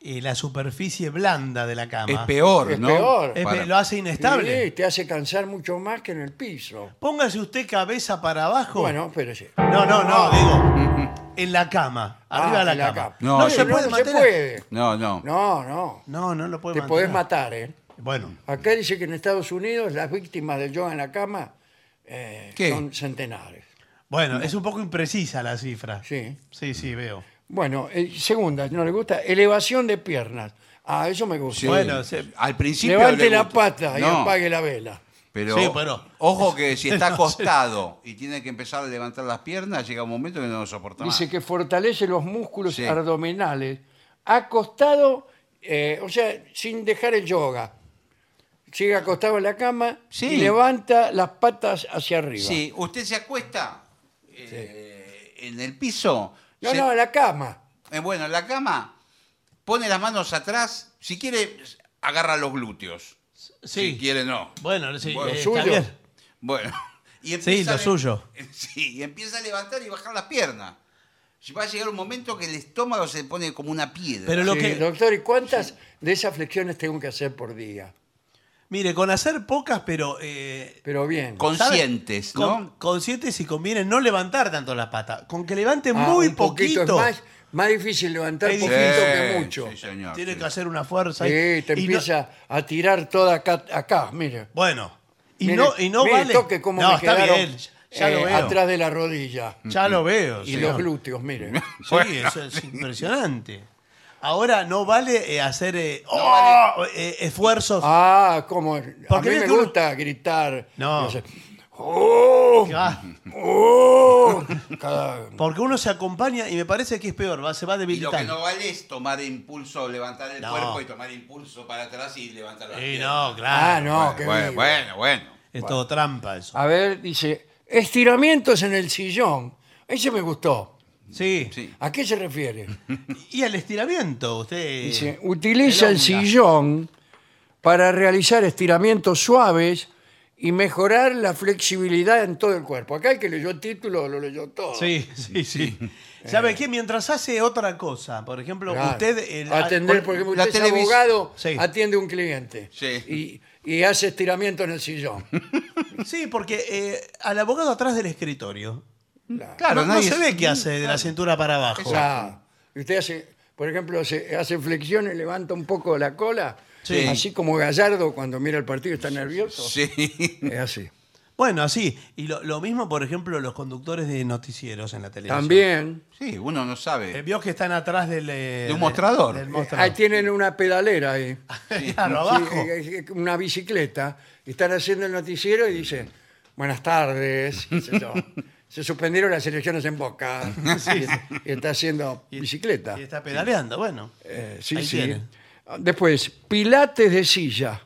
eh, la superficie blanda de la cama Es peor, Es ¿no? peor. es- Para- lo hace inestable. Sí, te hace cansar mucho más que en el piso. Póngase usted cabeza para abajo. Bueno, pero sí. No, no, no, digo, en la cama, arriba de Ah, la en la cama. cama. No, No eso se no puede se mantener. puede. No, no. No, no. No, no lo puede Te mantener. podés matar, ¿eh? Bueno, Acá dice que en Estados Unidos las víctimas del yoga en la cama eh, ¿Qué? son centenares. bueno, es un poco imprecisa la cifra. Sí. Sí, sí, veo. Bueno, eh, segunda, no le gusta, elevación de piernas. Ah, eso me gusta. Sí. Bueno, se- al principio. Levante le la gusta- pata y No, apague la vela. Pero, Sí, pero- ojo que si está No sé. acostado y tiene que empezar a levantar las piernas, llega un momento que no lo soporta más. Dice que fortalece los músculos Sí. abdominales, acostado eh, o sea, sin dejar el yoga. Sigue acostado en la cama Sí. y levanta las patas hacia arriba. Sí, usted se acuesta eh, en el piso. No, se- no, en la cama. eh, bueno, en la cama, pone las manos atrás. Si quiere, agarra los glúteos. Si quiere, no. Bueno, sí, Bueno, eh, suyo. está bien. Bueno. Y Sí, empieza lo a- suyo. Sí, y empieza a levantar y bajar las piernas. Y Va a llegar un momento que el estómago se pone como una piedra. Pero lo Sí, que- Doctor, ¿y cuántas de esas flexiones tengo que hacer por día? Mire, con hacer pocas, pero. eh, Pero bien. ¿sabe? Conscientes, ¿no? Con- conscientes y conviene no levantar tanto las patas. Con que levante Ah, muy un poquito. poquito. es más, más difícil levantar Es poquito difícil. que mucho. Sí, señor. tiene sí. que hacer una fuerza. Sí, ahí. te Y no- empieza a tirar toda acá, acá mira. bueno. Y Mire, no, y no mire, vale. toque cómo no, me está quedaron, bien. Ya eh, lo veo. atrás de la rodilla. Ya lo veo. Y señor. los glúteos, mire. Sí, eso es impresionante. Ahora no vale eh, hacer eh, ¡oh! eh, esfuerzos. Ah, como a mí Porque ves me que uno- gusta gritar. No. Yo sé, ¡Oh! que va, ¡Oh! Cada- porque uno se acompaña y me parece que es peor, va, se va Y lo que debilitando. no vale es tomar impulso, levantar el No. cuerpo y tomar impulso para atrás y levantar las Sí, piernas. no, Ah, claro. no, qué Bueno, bien. bueno, bueno. Es todo trampa eso. A ver, dice, estiramientos en el sillón. Ese me gustó. Sí. Sí. ¿A qué se refiere? Y al estiramiento, usted. Dice, utiliza el elonga. sillón para realizar estiramientos suaves y mejorar la flexibilidad en todo el cuerpo. Acá el que leyó el título lo leyó todo. Sí, sí, sí. ¿Sabe qué? Mientras hace otra cosa, por ejemplo, Eh. Claro. usted. el- Atender, por- por ejemplo, la usted es televis- abogado, Sí. atiende un cliente Sí. y, y hace estiramiento en el sillón. Sí, porque eh, al abogado atrás del escritorio. Claro, no, no nadie- se ve qué hace de la cintura para abajo. Claro. Y usted hace, por ejemplo, se hace flexiones, levanta un poco la cola, Sí. así como Gallardo cuando mira el partido está nervioso. Sí. Es así. Bueno, así. Y lo, lo mismo, por ejemplo, los conductores de noticieros en la televisión. También Sí, uno no Eh, sabe. Vio que están atrás del. eh, De del- un mostrador. del ahí tienen una pedalera ahí. Claro, Sí, abajo. eh, eh, una bicicleta, y están haciendo el noticiero y dicen, buenas tardes, qué sé yo. se suspendieron las elecciones en Boca, y, y está haciendo bicicleta. Y está pedaleando, bueno. Eh, sí, ahí sí. tiene. Después, pilates de silla.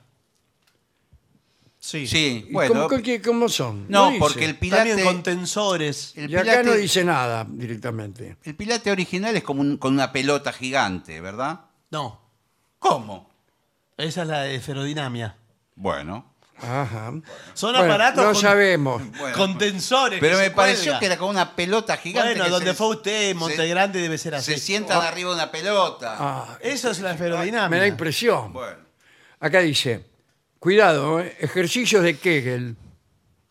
Sí. Sí, ¿Y bueno. ¿Cómo, qué- cómo son? No, dice. porque el También pilate. con tensores. El Y acá no pilate- dice nada directamente. El pilate original es como un- con una pelota gigante, ¿verdad? No, ¿Cómo? esa es la de ferodinamia. Bueno. Ajá. Son Bueno, aparatos no con, sabemos. Bueno. con tensores. Pero que me se pareció cuelgan. que era como una pelota gigante. Bueno, que donde se- fue usted, en Montegrande, debe ser Se, así. Ah. se sientan arriba de una pelota. Ah, Eso es la me da ferodinamia. impresión. Bueno. Acá dice, cuidado, eh, ejercicios de Kegel.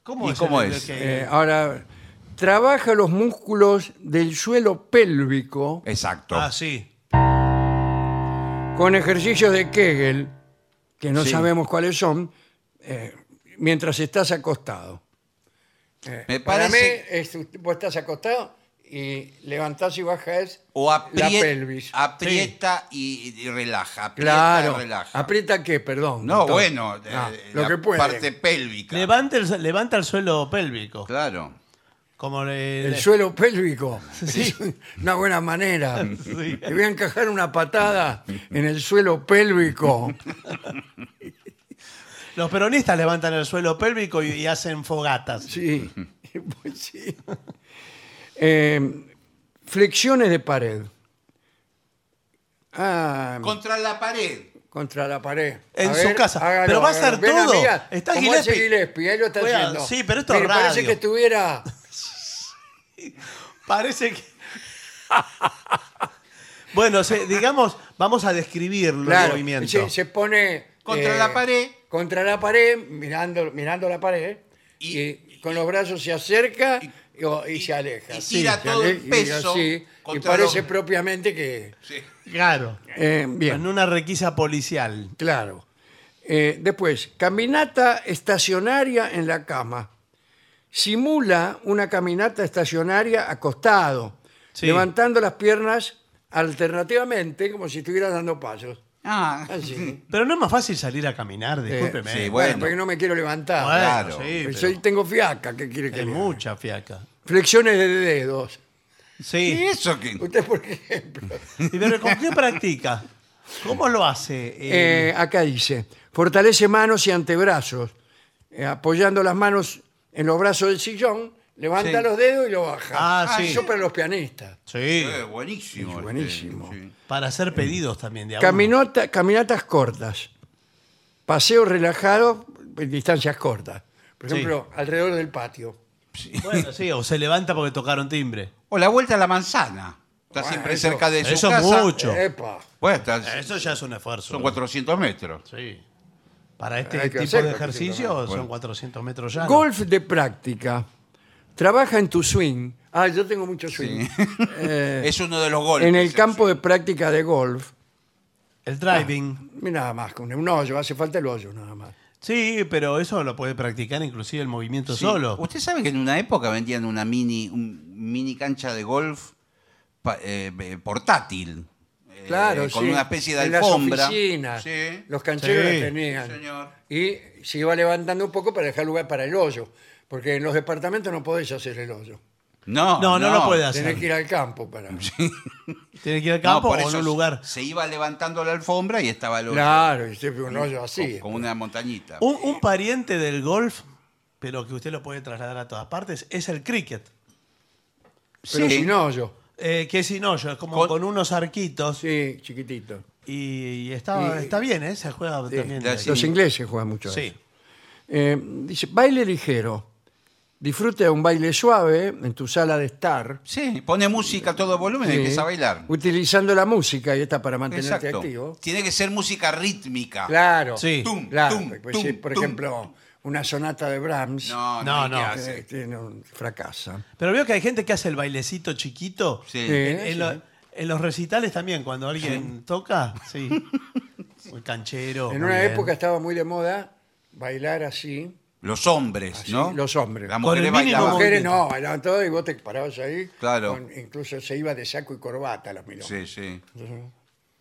¿Cómo ¿Y es? cómo el- es? que- Eh, ahora, trabaja los músculos del suelo pélvico Exacto. ah, sí. con ejercicios de Kegel, que no Sí. sabemos cuáles son, eh, mientras estás acostado. Eh, Me para mí, parece- es- vos estás acostado y levantás y bajas O la aprie- pelvis. aprieta y, y relaja. Aprieta Claro. y relaja. ¿Aprieta qué? Perdón. no, doctor. bueno. Ah, eh, lo la que puede. Parte pélvica. Levanta el, levanta el suelo pélvico. Claro. Como le- El le- suelo pélvico. Es una buena manera. Te voy a encajar una patada en el suelo pélvico. Los peronistas levantan el suelo pélvico y, y hacen fogatas. Sí. Pues sí. Eh, flexiones de pared. Ah, Mm. Contra la pared. contra la pared. En su casa. Pero va a hacer Ven, todo. amiga, Está como hace Gillespie. Gillespie, ahí lo está Oiga, haciendo. sí, pero esto es Mire, Parece radio. que estuviera... Parece que. bueno, se- digamos, vamos a describir el Claro, movimiento. se, se pone eh, Contra la pared. contra la pared, mirando, mirando la pared, y, Y- con los brazos se acerca y, o- y se aleja. y tira se todo el ale- y peso así, Y, contra parece los- propiamente que. Sí. Claro. Eh, En bien, una requisa policial. claro. Eh, después, caminata estacionaria en la cama. Simula una caminata estacionaria acostado, Sí. levantando las piernas alternativamente como si estuviera dando pasos. Ah, Así. Pero no es más fácil salir a caminar, discúlpeme. sí, bueno, bueno, Bueno, porque no me quiero levantar. Ah, claro. sí, Pues pero Soy, tengo fiaca, ¿qué quiere que es le haga? mucha fiaca. Flexiones de dedos. Sí. ¿y eso que Usted, por ejemplo, ¿Y pero con qué practica? ¿Cómo lo hace? Eh, Eh, acá dice, fortalece manos y antebrazos, eh, apoyando las manos en los brazos del sillón, levanta Sí. los dedos y lo baja. Ah, sí. Eso para los pianistas. sí. Eh, buenísimo. Sí, este, buenísimo. sí. Para hacer pedidos también de a uno. Caminota- caminatas cortas, paseos relajados en distancias cortas. Por Sí. ejemplo, alrededor del patio. Bueno, sí, o se levanta porque tocaron timbre. O la vuelta a la manzana. Está Bueno, siempre eso- cerca de su eso es casa. mucho. Yo. Epa, Bueno, está- Eso ya es un esfuerzo. son 400 metros. Sí. Para este Hay que tipo hacer de 400 ejercicio metros. son Bueno. 400 Ah, metros ya. Golf de práctica. Trabaja en tu swing. Ah, yo tengo mucho swing. Eh, Es uno de los golpes. en el campo de práctica de golf. El driving. Mira Nada más, con un hoyo, hace falta el hoyo nada más. Eh, Sí, pero eso lo puede practicar inclusive el movimiento Sí. solo. Usted sabe que en una época vendían una mini, un mini cancha de golf pa- eh, eh, portátil. eh, Claro, Con sí. una especie de En alfombra. Las oficinas, Sí. Los cancheros Sí. la tenían. Señor. Y se iba levantando un poco para dejar lugar para el hoyo. Porque en los departamentos no podés hacer el hoyo. No, No, no lo puede hacer. Tenés que ir al campo para. Tiene que ir al No, campo por o en eso un lugar. Se iba levantando la alfombra y estaba el hoyo Claro, y siempre un hoyo con, así. con una montañita. Un, un pariente del golf, pero que usted lo puede trasladar a todas partes, es el cricket. Pero Sí. sin hoyo. Eh, que es sin hoyo, es como con, Con- unos arquitos. Sí, chiquitito. Y, y está, Y- está bien, ¿eh? Se juega Sí. también. Ya, sí. Los ingleses juegan mucho a Sí. eso. Eh, dice, baile ligero. Disfruta de un baile suave en tu sala de estar. Sí, pone música a todo volumen y Sí. empieza a bailar. Utilizando la música y esta para mantenerte Exacto. activo. Tiene que ser música rítmica. Claro. Sí. Tum, Claro, tum, pues, tum, sí, por tum. ejemplo, una sonata de Brahms No, No, no, hay no. que eh, hacer. tiene un- fracasa. Eh, Pero veo que hay gente que hace el bailecito chiquito. Sí. Sí. En, en lo- en los recitales también, cuando alguien toca, sí. El canchero. en muy una bien. época estaba muy de moda bailar así. Los hombres, Así, ¿no? Ah, los hombres. Las Con el mujeres mínimo Las bailaban. movimiento. mujeres no, bailaban todo y vos te parabas ahí. Claro. incluso se iba de saco y corbata la milonga. Sí, sí.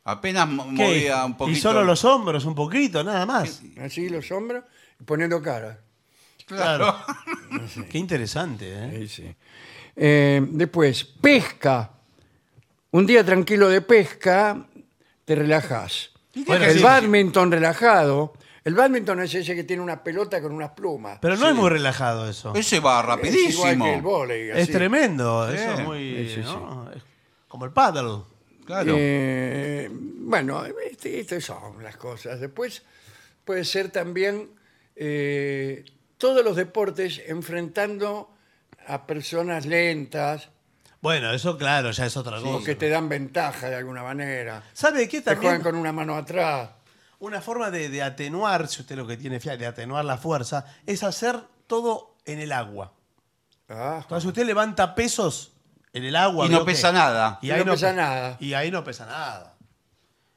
Apenas mo- ¿Qué? movía un poquito. Y solo los hombros, un poquito, nada más. Así los hombros y poniendo cara. Claro. Qué interesante, ¿eh? Ahí sí. Eh, después, pesca. Un día tranquilo de pesca, te relajás. Bueno, el sí, badminton relajado. El badminton es ese que tiene una pelota con unas plumas. Pero no es muy relajado eso. Es, Es Ese va igual que el rapidísimo. vóley, así. tremendo. Sí. Eso es muy. Sí, sí, ¿no? Es Como el paddle. Claro. Eh, bueno, este- estas son las cosas. Después puede ser también eh, todos los deportes enfrentando a personas lentas Bueno, eso, claro, ya es otra o cosa. que te dan ventaja de alguna manera. ¿Sabe qué Te también? juegan con una mano atrás. Una forma de, de atenuar, si usted lo que tiene fia- de atenuar la fuerza, es hacer todo en el agua. Ah, Entonces usted levanta pesos en el agua. Y no ¿vio pesa qué? nada. Y no pesa nada. Y ahí no pesa nada.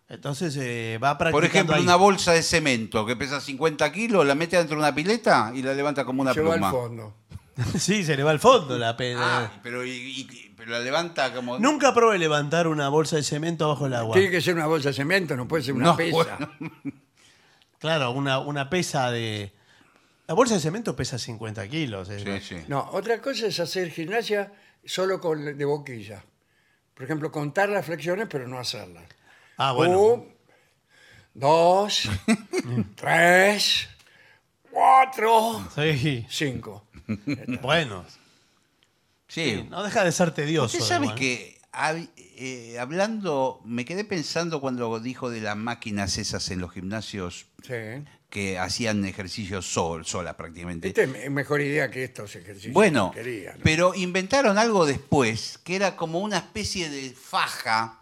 Entonces eh, va practicando Por ejemplo, ahí. una bolsa de cemento que pesa 50 kilos, la mete dentro de una pileta y la levanta como una se va al pluma. fondo. sí, se le va al fondo la peda. Ah, pero, y- y- pero la levanta como. Nunca probé levantar una bolsa de cemento bajo el agua. Tiene que ser una bolsa de cemento, no puede ser una No, pesa. bueno. Claro, una, una pesa de... La bolsa de cemento pesa 50 kilos. eh. Sí, sí. No, otra cosa es hacer gimnasia solo con de boquilla. Por ejemplo, contar las flexiones pero no hacerlas. Ah, bueno. Uh. Un, dos, tres, cuatro, Sí, cinco. bueno. Sí. No deja de ser tedioso. Usted sabe igual. que hab- eh, hablando, me quedé pensando cuando dijo de las máquinas esas en los gimnasios Sí. que hacían ejercicio sol, sola prácticamente. Esta es me- mejor idea que estos ejercicios. Bueno, que quería, ¿no? pero inventaron algo después, que era como una especie de faja.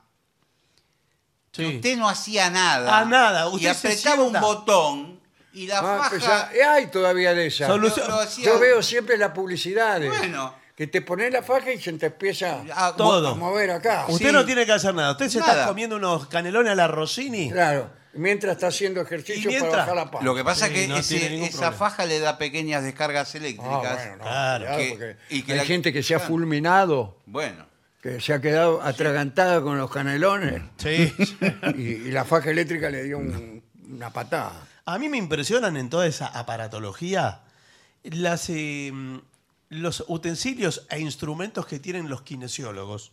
Sí. que Usted no hacía nada. Ah, nada, y usted se apretaba un sienta. botón y la Ah, faja... pues ya- hay todavía de esas. Solu- lo- lo hacía- Yo veo siempre las publicidades. Bueno. Que te pones la faja y se te empieza Ah, mo- Todo. a mover acá. Usted Sí. no tiene que hacer nada. Usted se está Nada. comiendo unos canelones a la Rossini. Claro, mientras está haciendo ejercicio Y mientras- para bajar la Ah, panza. Lo que pasa Sí, es que no ese- tiene ningún esa problema. faja le da pequeñas descargas Ah, eléctricas. bueno, no, Claro. cuidado, Que- porque y que hay la- gente que se ha claro. fulminado, Bueno. que se ha quedado atragantada con los canelones Sí. y, y la faja eléctrica le dio un- una patada. A mí me impresionan en toda esa aparatología las, eh, los utensilios e instrumentos que tienen los kinesiólogos.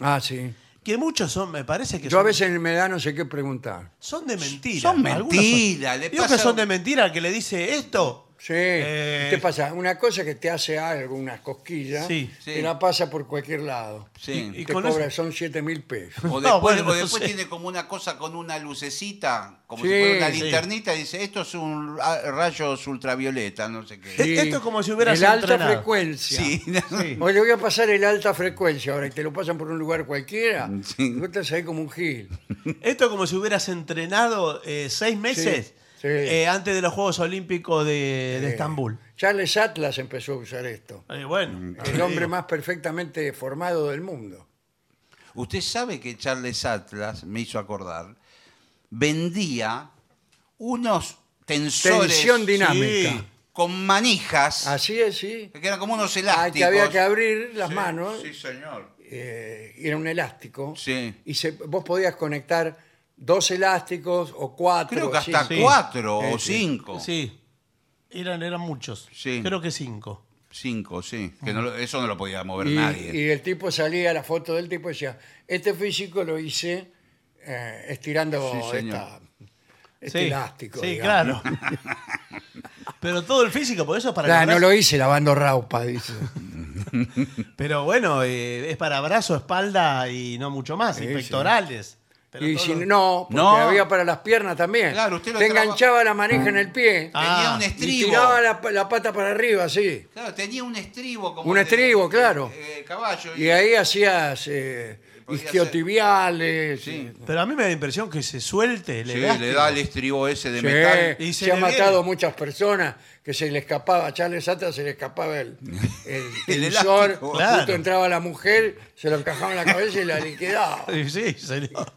Ah, sí. que muchos son, me parece que Yo a son, veces me da no sé qué preguntar. son de mentira. Son Algunos mentira, le Digo que pasa- son de mentira, que le dice esto. Sí. Eh, ¿Qué pasa? Una cosa que te hace algo, unas cosquillas, Sí, sí. y la pasa por cualquier lado. Sí. Y Y te con cobra, eso- son 7 mil pesos. O después, No, bueno, o no después sé. tiene como una cosa con una lucecita, como Sí, si fuera una sí. linternita, y dice, esto es un ra- rayos ultravioleta, no sé qué. Sí. esto es como si hubieras El alta entrenado. frecuencia. Sí, Sí. Oye, voy a pasar el alta frecuencia ahora y te lo pasan por un lugar cualquiera. Sí. Y vos estás ahí como un gil. Esto es como si hubieras entrenado eh, seis meses sí. eh, antes de los Juegos Olímpicos de, de Eh, Estambul. Charles Atlas empezó a usar esto. Eh, bueno, Mm, Ah, El hombre más perfectamente formado del mundo. Usted sabe que Charles Atlas, me hizo acordar, vendía unos tensores Tensión dinámica. sí. con manijas, Así es, sí. que eran como unos Ah, elásticos. que había que abrir las Sí, manos. Sí, señor. eh, y era un elástico. Sí. Y se- vos podías conectar dos elásticos o cuatro. Creo que hasta cinco. cuatro Sí, o sí. cinco. Sí. Eran, eran muchos. Sí. Creo que cinco. Cinco, sí. Que no lo- eso no lo podía mover Y, nadie. y el tipo salía, la foto del tipo decía, este físico lo hice eh, estirando Sí, señor. esta- este Sí. elástico. Sí, digamos". claro. Pero todo el físico, por eso es para Claro, no el lo brazo- hice lavando raupa, dice. Pero bueno, eh, es para brazo, espalda y no mucho más, Sí, y pectorales. Pero y todo si lo- no, porque No. había para las piernas también. Claro, usted lo Te traba- enganchaba la manija en el pie Tenía Ah, un y y estribo. tiraba la, la pata para arriba, así. Claro, tenía un estribo como. Un el de- estribo, claro. eh, caballo. Y ahí hacías eh, Podía isquiotibiales. Sí. Pero a mí me da la impresión que se suelte el Sí, elástico. le da el estribo ese de Sí, metal. Y se se ha le matado viene. muchas personas que se le escapaba, a Charles Atlas se le escapaba el, el, El tensor, elástico. justo Claro. entraba la mujer, se lo encajaba en la cabeza y la liquidaba. Sí, sí, señor.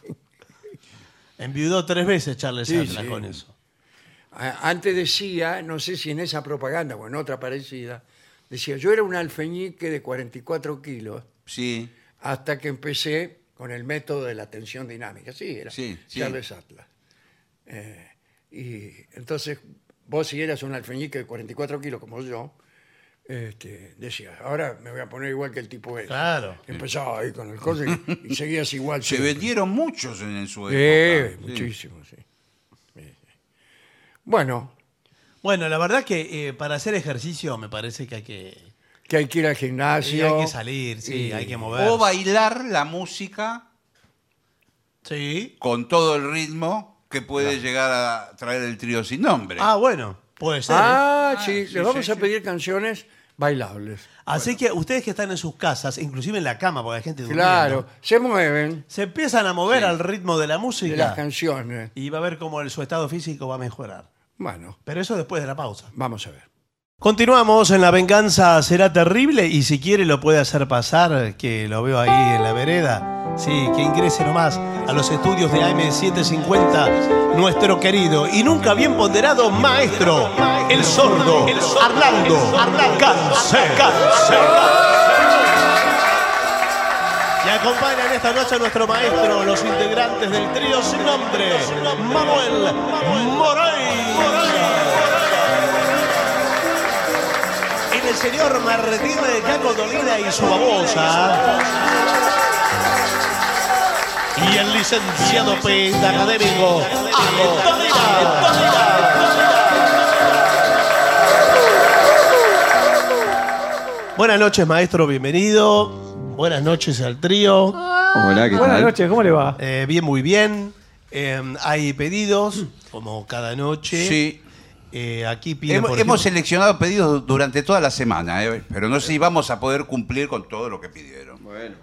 Enviudó tres veces Charles Sí, Atlas sí. con eso. A- Antes decía, no sé si en esa propaganda o en otra parecida, decía, yo era un alfeñique de 44 kilos Sí. hasta que empecé con el método de la tensión dinámica. Sí, era Sí, sí. Charles Atlas. Eh, y entonces, vos si eras un alfeñique de 44 kilos como yo, este, decías, ahora me voy a poner igual que el tipo ese. Claro. Empezaba ahí con el coche y, y seguías igual. Se siempre. vendieron muchos en, en su época. Eh, Sí. muchísimo, sí. Sí, sí. Bueno, Bueno, la verdad que eh, para hacer ejercicio me parece que hay que, que hay que ir al y gimnasio. hay que salir, sí, Y- hay que mover. O bailar la música Sí. con todo el ritmo que puede llegar a traer el trío sin nombre. Ah, bueno, puede ser. ¿eh? Ah, Ah, sí, sí, le vamos sí, a sí. pedir canciones bailables. Así que ustedes que están en sus casas, inclusive en la cama, porque hay gente durmiendo, Claro, se mueven se empiezan a mover Sí. al ritmo de de la las música canciones. y va a ver cómo el- su estado físico va a mejorar. Bueno, Pero eso después de la pausa. vamos a ver. Continuamos en La Venganza Será Terrible y si quiere lo puede hacer pasar, que lo veo ahí en la vereda. Sí, que ingrese nomás a los estudios de AM750 nuestro querido y nunca bien ponderado maestro, el sordo, Arlando, Cáncer. Y acompañan esta noche a nuestro maestro, los integrantes del trío sin nombre, Manuel Morey. En el señor Martín de Caco Dolina y su babosa. Y el licenciado Peta Académico, Ale Dolina. Buenas noches, maestro, bienvenido. Buenas noches al trío. Hola, ¿qué Buenas tal? noches, ¿cómo le va? Eh, bien, muy bien. Eh, hay pedidos, como cada noche. Sí. Eh, aquí piden, Hemos, por hemos ejemplo- seleccionado pedidos durante toda la semana, eh, pero no sé si vamos a poder cumplir con todo lo que pidieron. Bueno,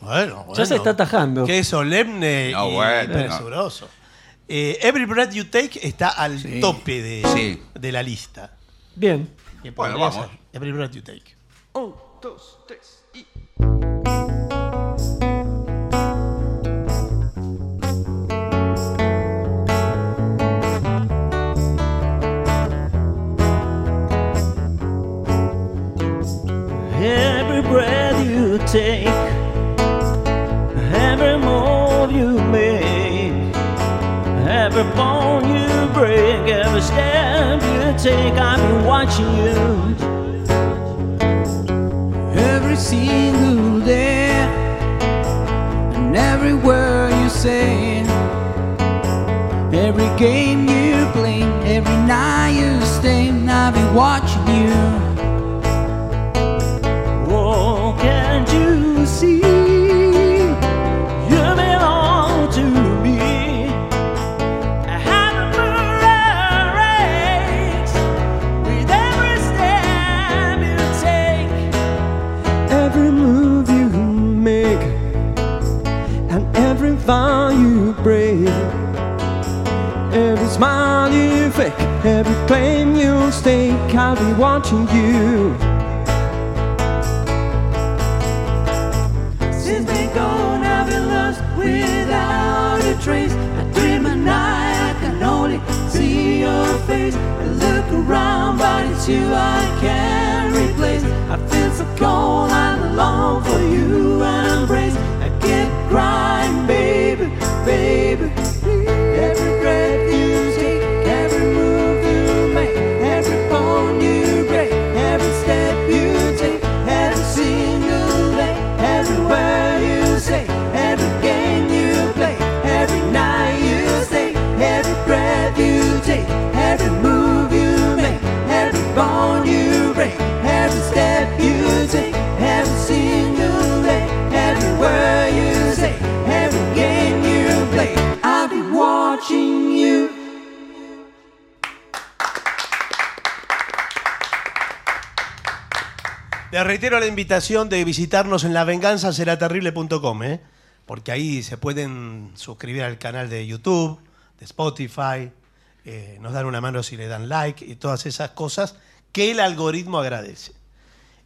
Bueno, bueno. Ya se está atajando. Qué solemne No, y bueno, presuroso. Eh, Every Breath You Take está al tope de, Sí. de la lista. Bien. Que Bueno, podría vamos. ser Every Breath You Take. Un, dos, tres y. Every breath you take, every move you make, every bone you break, every step you take, I've been watching you every single day and every every word you say, every game you play, every night you stay. I'll be watching you. Oh, can't you see? You belong to me. How the moon rises with every step you take every move you make and every vow you break every smile you fake every claim you stake i'll be watching you since been gone i've been lost without a trace i dream at night i can only see your face i look around but it's you i can't replace i feel so cold and long for you and embrace i keep crying baby baby every breath you take every move you make every bone you break every step you take every single day everywhere you say every game you play every night you stay every breath you take every move you make every bone you break every step you take every single day everywhere you say every game you play i'll be watching you Les reitero la invitación de visitarnos en lavenganzaseraterrible.com, ¿eh? porque ahí se pueden suscribir al canal de YouTube, de Spotify, eh, nos dan una mano si le dan like y todas esas cosas que el algoritmo agradece.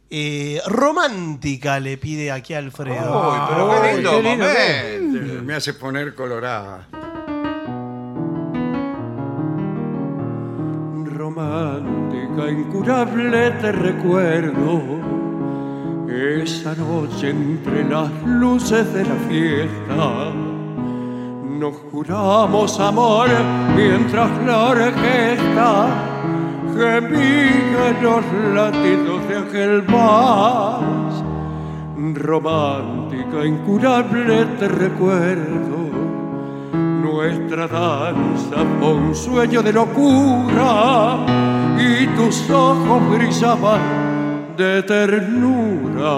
Eh, romántica le pide aquí a Alfredo. Uy, pero qué Ay, lindo qué lindo, momento. Me hace poner colorada. romántica, incurable te recuerdo. Esa noche entre las luces de la fiesta nos juramos amor mientras la orquesta gemía en los latidos de aquel vals. Romántica, incurable te recuerdo. Nuestra danza fue un sueño de locura y tus ojos brillaban de ternura,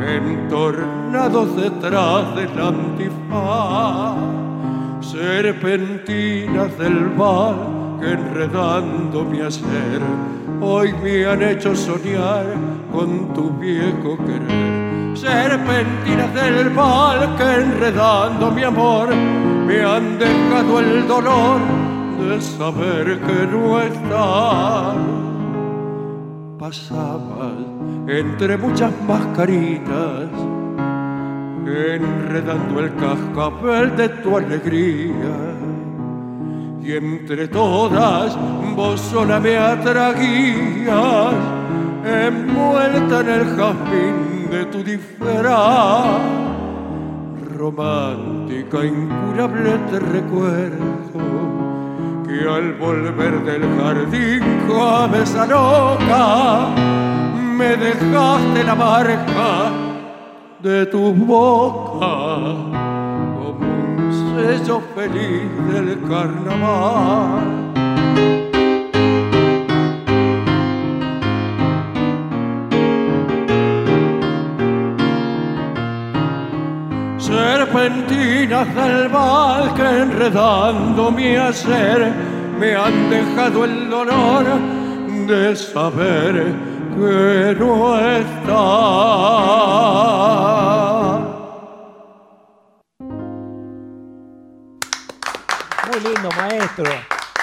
entornados detrás del antifaz, serpentinas del bar que enredando mi hacer, hoy me han hecho soñar con tu viejo querer. Serpentinas del mal que enredando mi amor me han dejado el dolor de saber que no estás. Pasabas entre muchas mascaritas, enredando el cascabel de tu alegría y entre todas vos sola me atraguías, envuelta en el jazmín de tu disfraz. Romántica, incurable te recuerdo que al volver del jardín, cabeza loca, me dejaste la marca de tu boca como un sello feliz del carnaval. Serpentinas del mal que enredando mi hacer me han dejado el dolor de saber que no está. Muy lindo, maestro.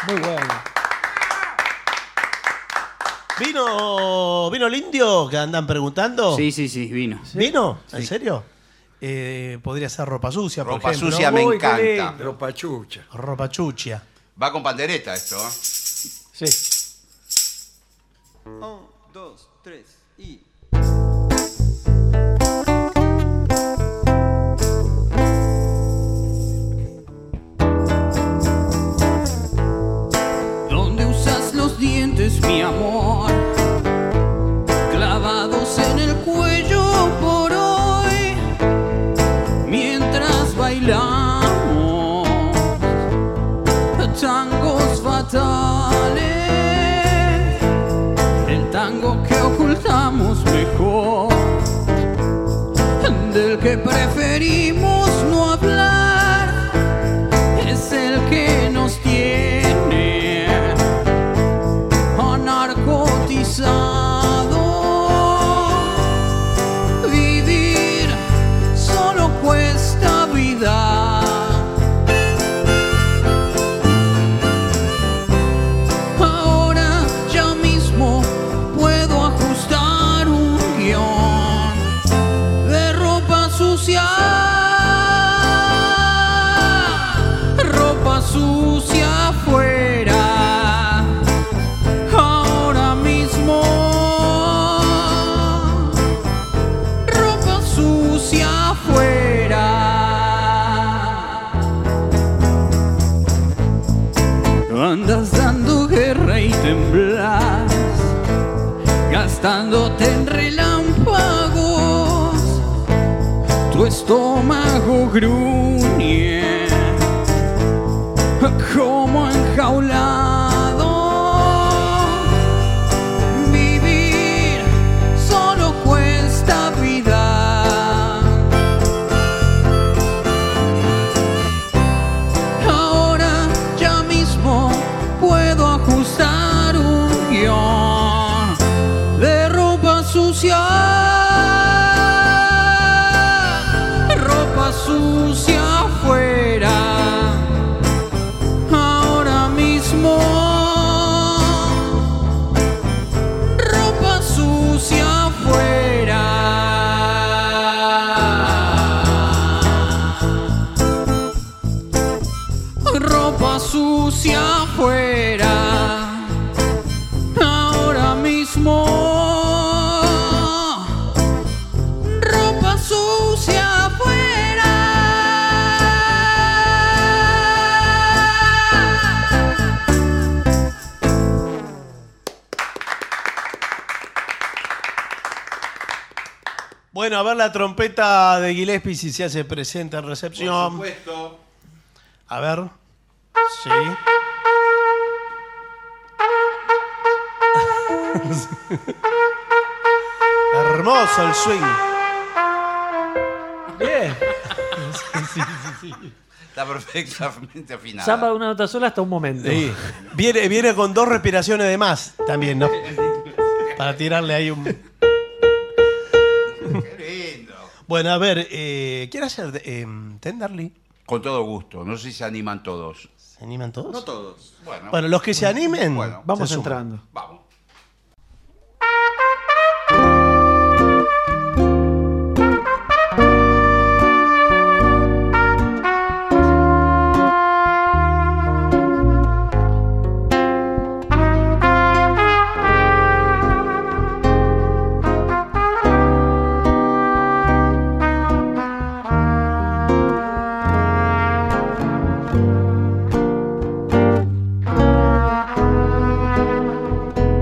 Muy bueno. ¿Vino, ¿Vino el indio que andan preguntando? Sí, sí, sí, vino. ¿Vino? ¿En serio? Eh, podría ser ropa sucia, por Ropa ejemplo. sucia me Uy, qué encanta. lindo. Ropa chucha. Ropa chuchia. Va con pandereta esto. ¿eh? Sí. ¿Dónde usas los dientes, mi amor? Clavados en el cuello por hoy. Mientras bailas tango que ocultamos mejor, del que preferimos no hablar, es el que nos tiene anarcotizado. Vivir solo cuesta vida. Ahora ya mismo puedo ajustar un guión de ropa sucia. Ropa sucia afuera. Ahora mismo. Ropa sucia afuera. Andas dando guerra y temblas, gastándote en relámpagos. Tu estómago gruñe como enjaulado. Vivir solo cuesta vida. Ahora ya mismo puedo ajustar un guión de ropa sucia. Ropa sucia afuera. Ahora mismo. Ropa sucia afuera ropa sucia afuera. Ahora mismo. Ropa sucia afuera. Bueno, a ver la trompeta de Gillespie si se hace presente en recepción. supuesto. A ver. Sí. Hermoso el swing. Bien. Está perfectamente afinada. Samba de una nota sola hasta un momento. Sí. Viene, viene con dos respiraciones de más también, ¿no? Para tirarle ahí un. Qué lindo. Bueno, a ver, eh, ¿quiere hacer eh, Tenderly? Con todo gusto. No sé si se animan todos. ¿Se animan todos? No todos. Bueno, Bueno, los que se animen. Bueno, Vamos se suman. entrando. vamos. Ropa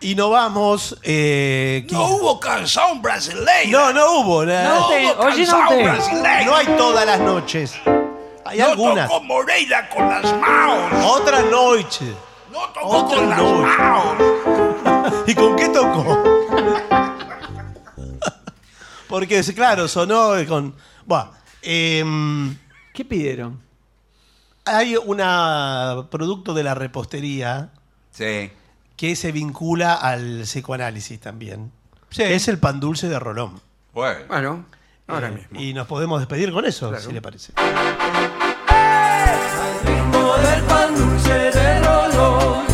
Y nos vamos. eh, ¿quién? No hubo canción brasileña. no, no hubo. No, No, te- hubo oye, no canción te- brasileña. no hay todas las noches. Hay No algunas. tocó Moreira con las manos. Otra noche. No tocó Otro con las no. manos. ¿Y con qué tocó? Porque, claro, sonó con. Buah, em, ¿Qué pidieron? hay un producto de la repostería Sí. que se vincula al psicoanálisis también. Sí. Es el pan dulce de Rolón. Bueno. Bueno, ahora Eh, mismo. Y nos podemos despedir con eso, Claro. si le parece. ritmo del pan dulce de Rolón,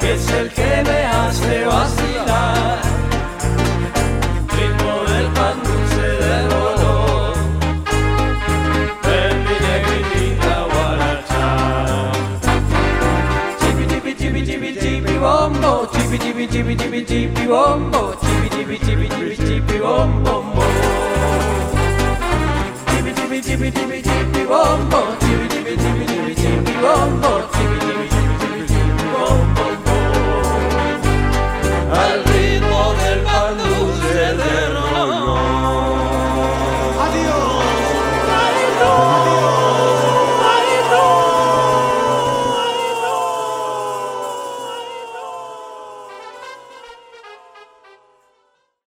que es el que me hace vacilar. Ritmo del pan dulce de Rolón, de mi negrita guaracha. Chipi chipi chipi chipi chipi bombo, chipi chipi chipi chipi chipi bombo, chipi chipi chipi chipi chipi bom bom bom. Chipi chipi chipi chipi chipi bombo,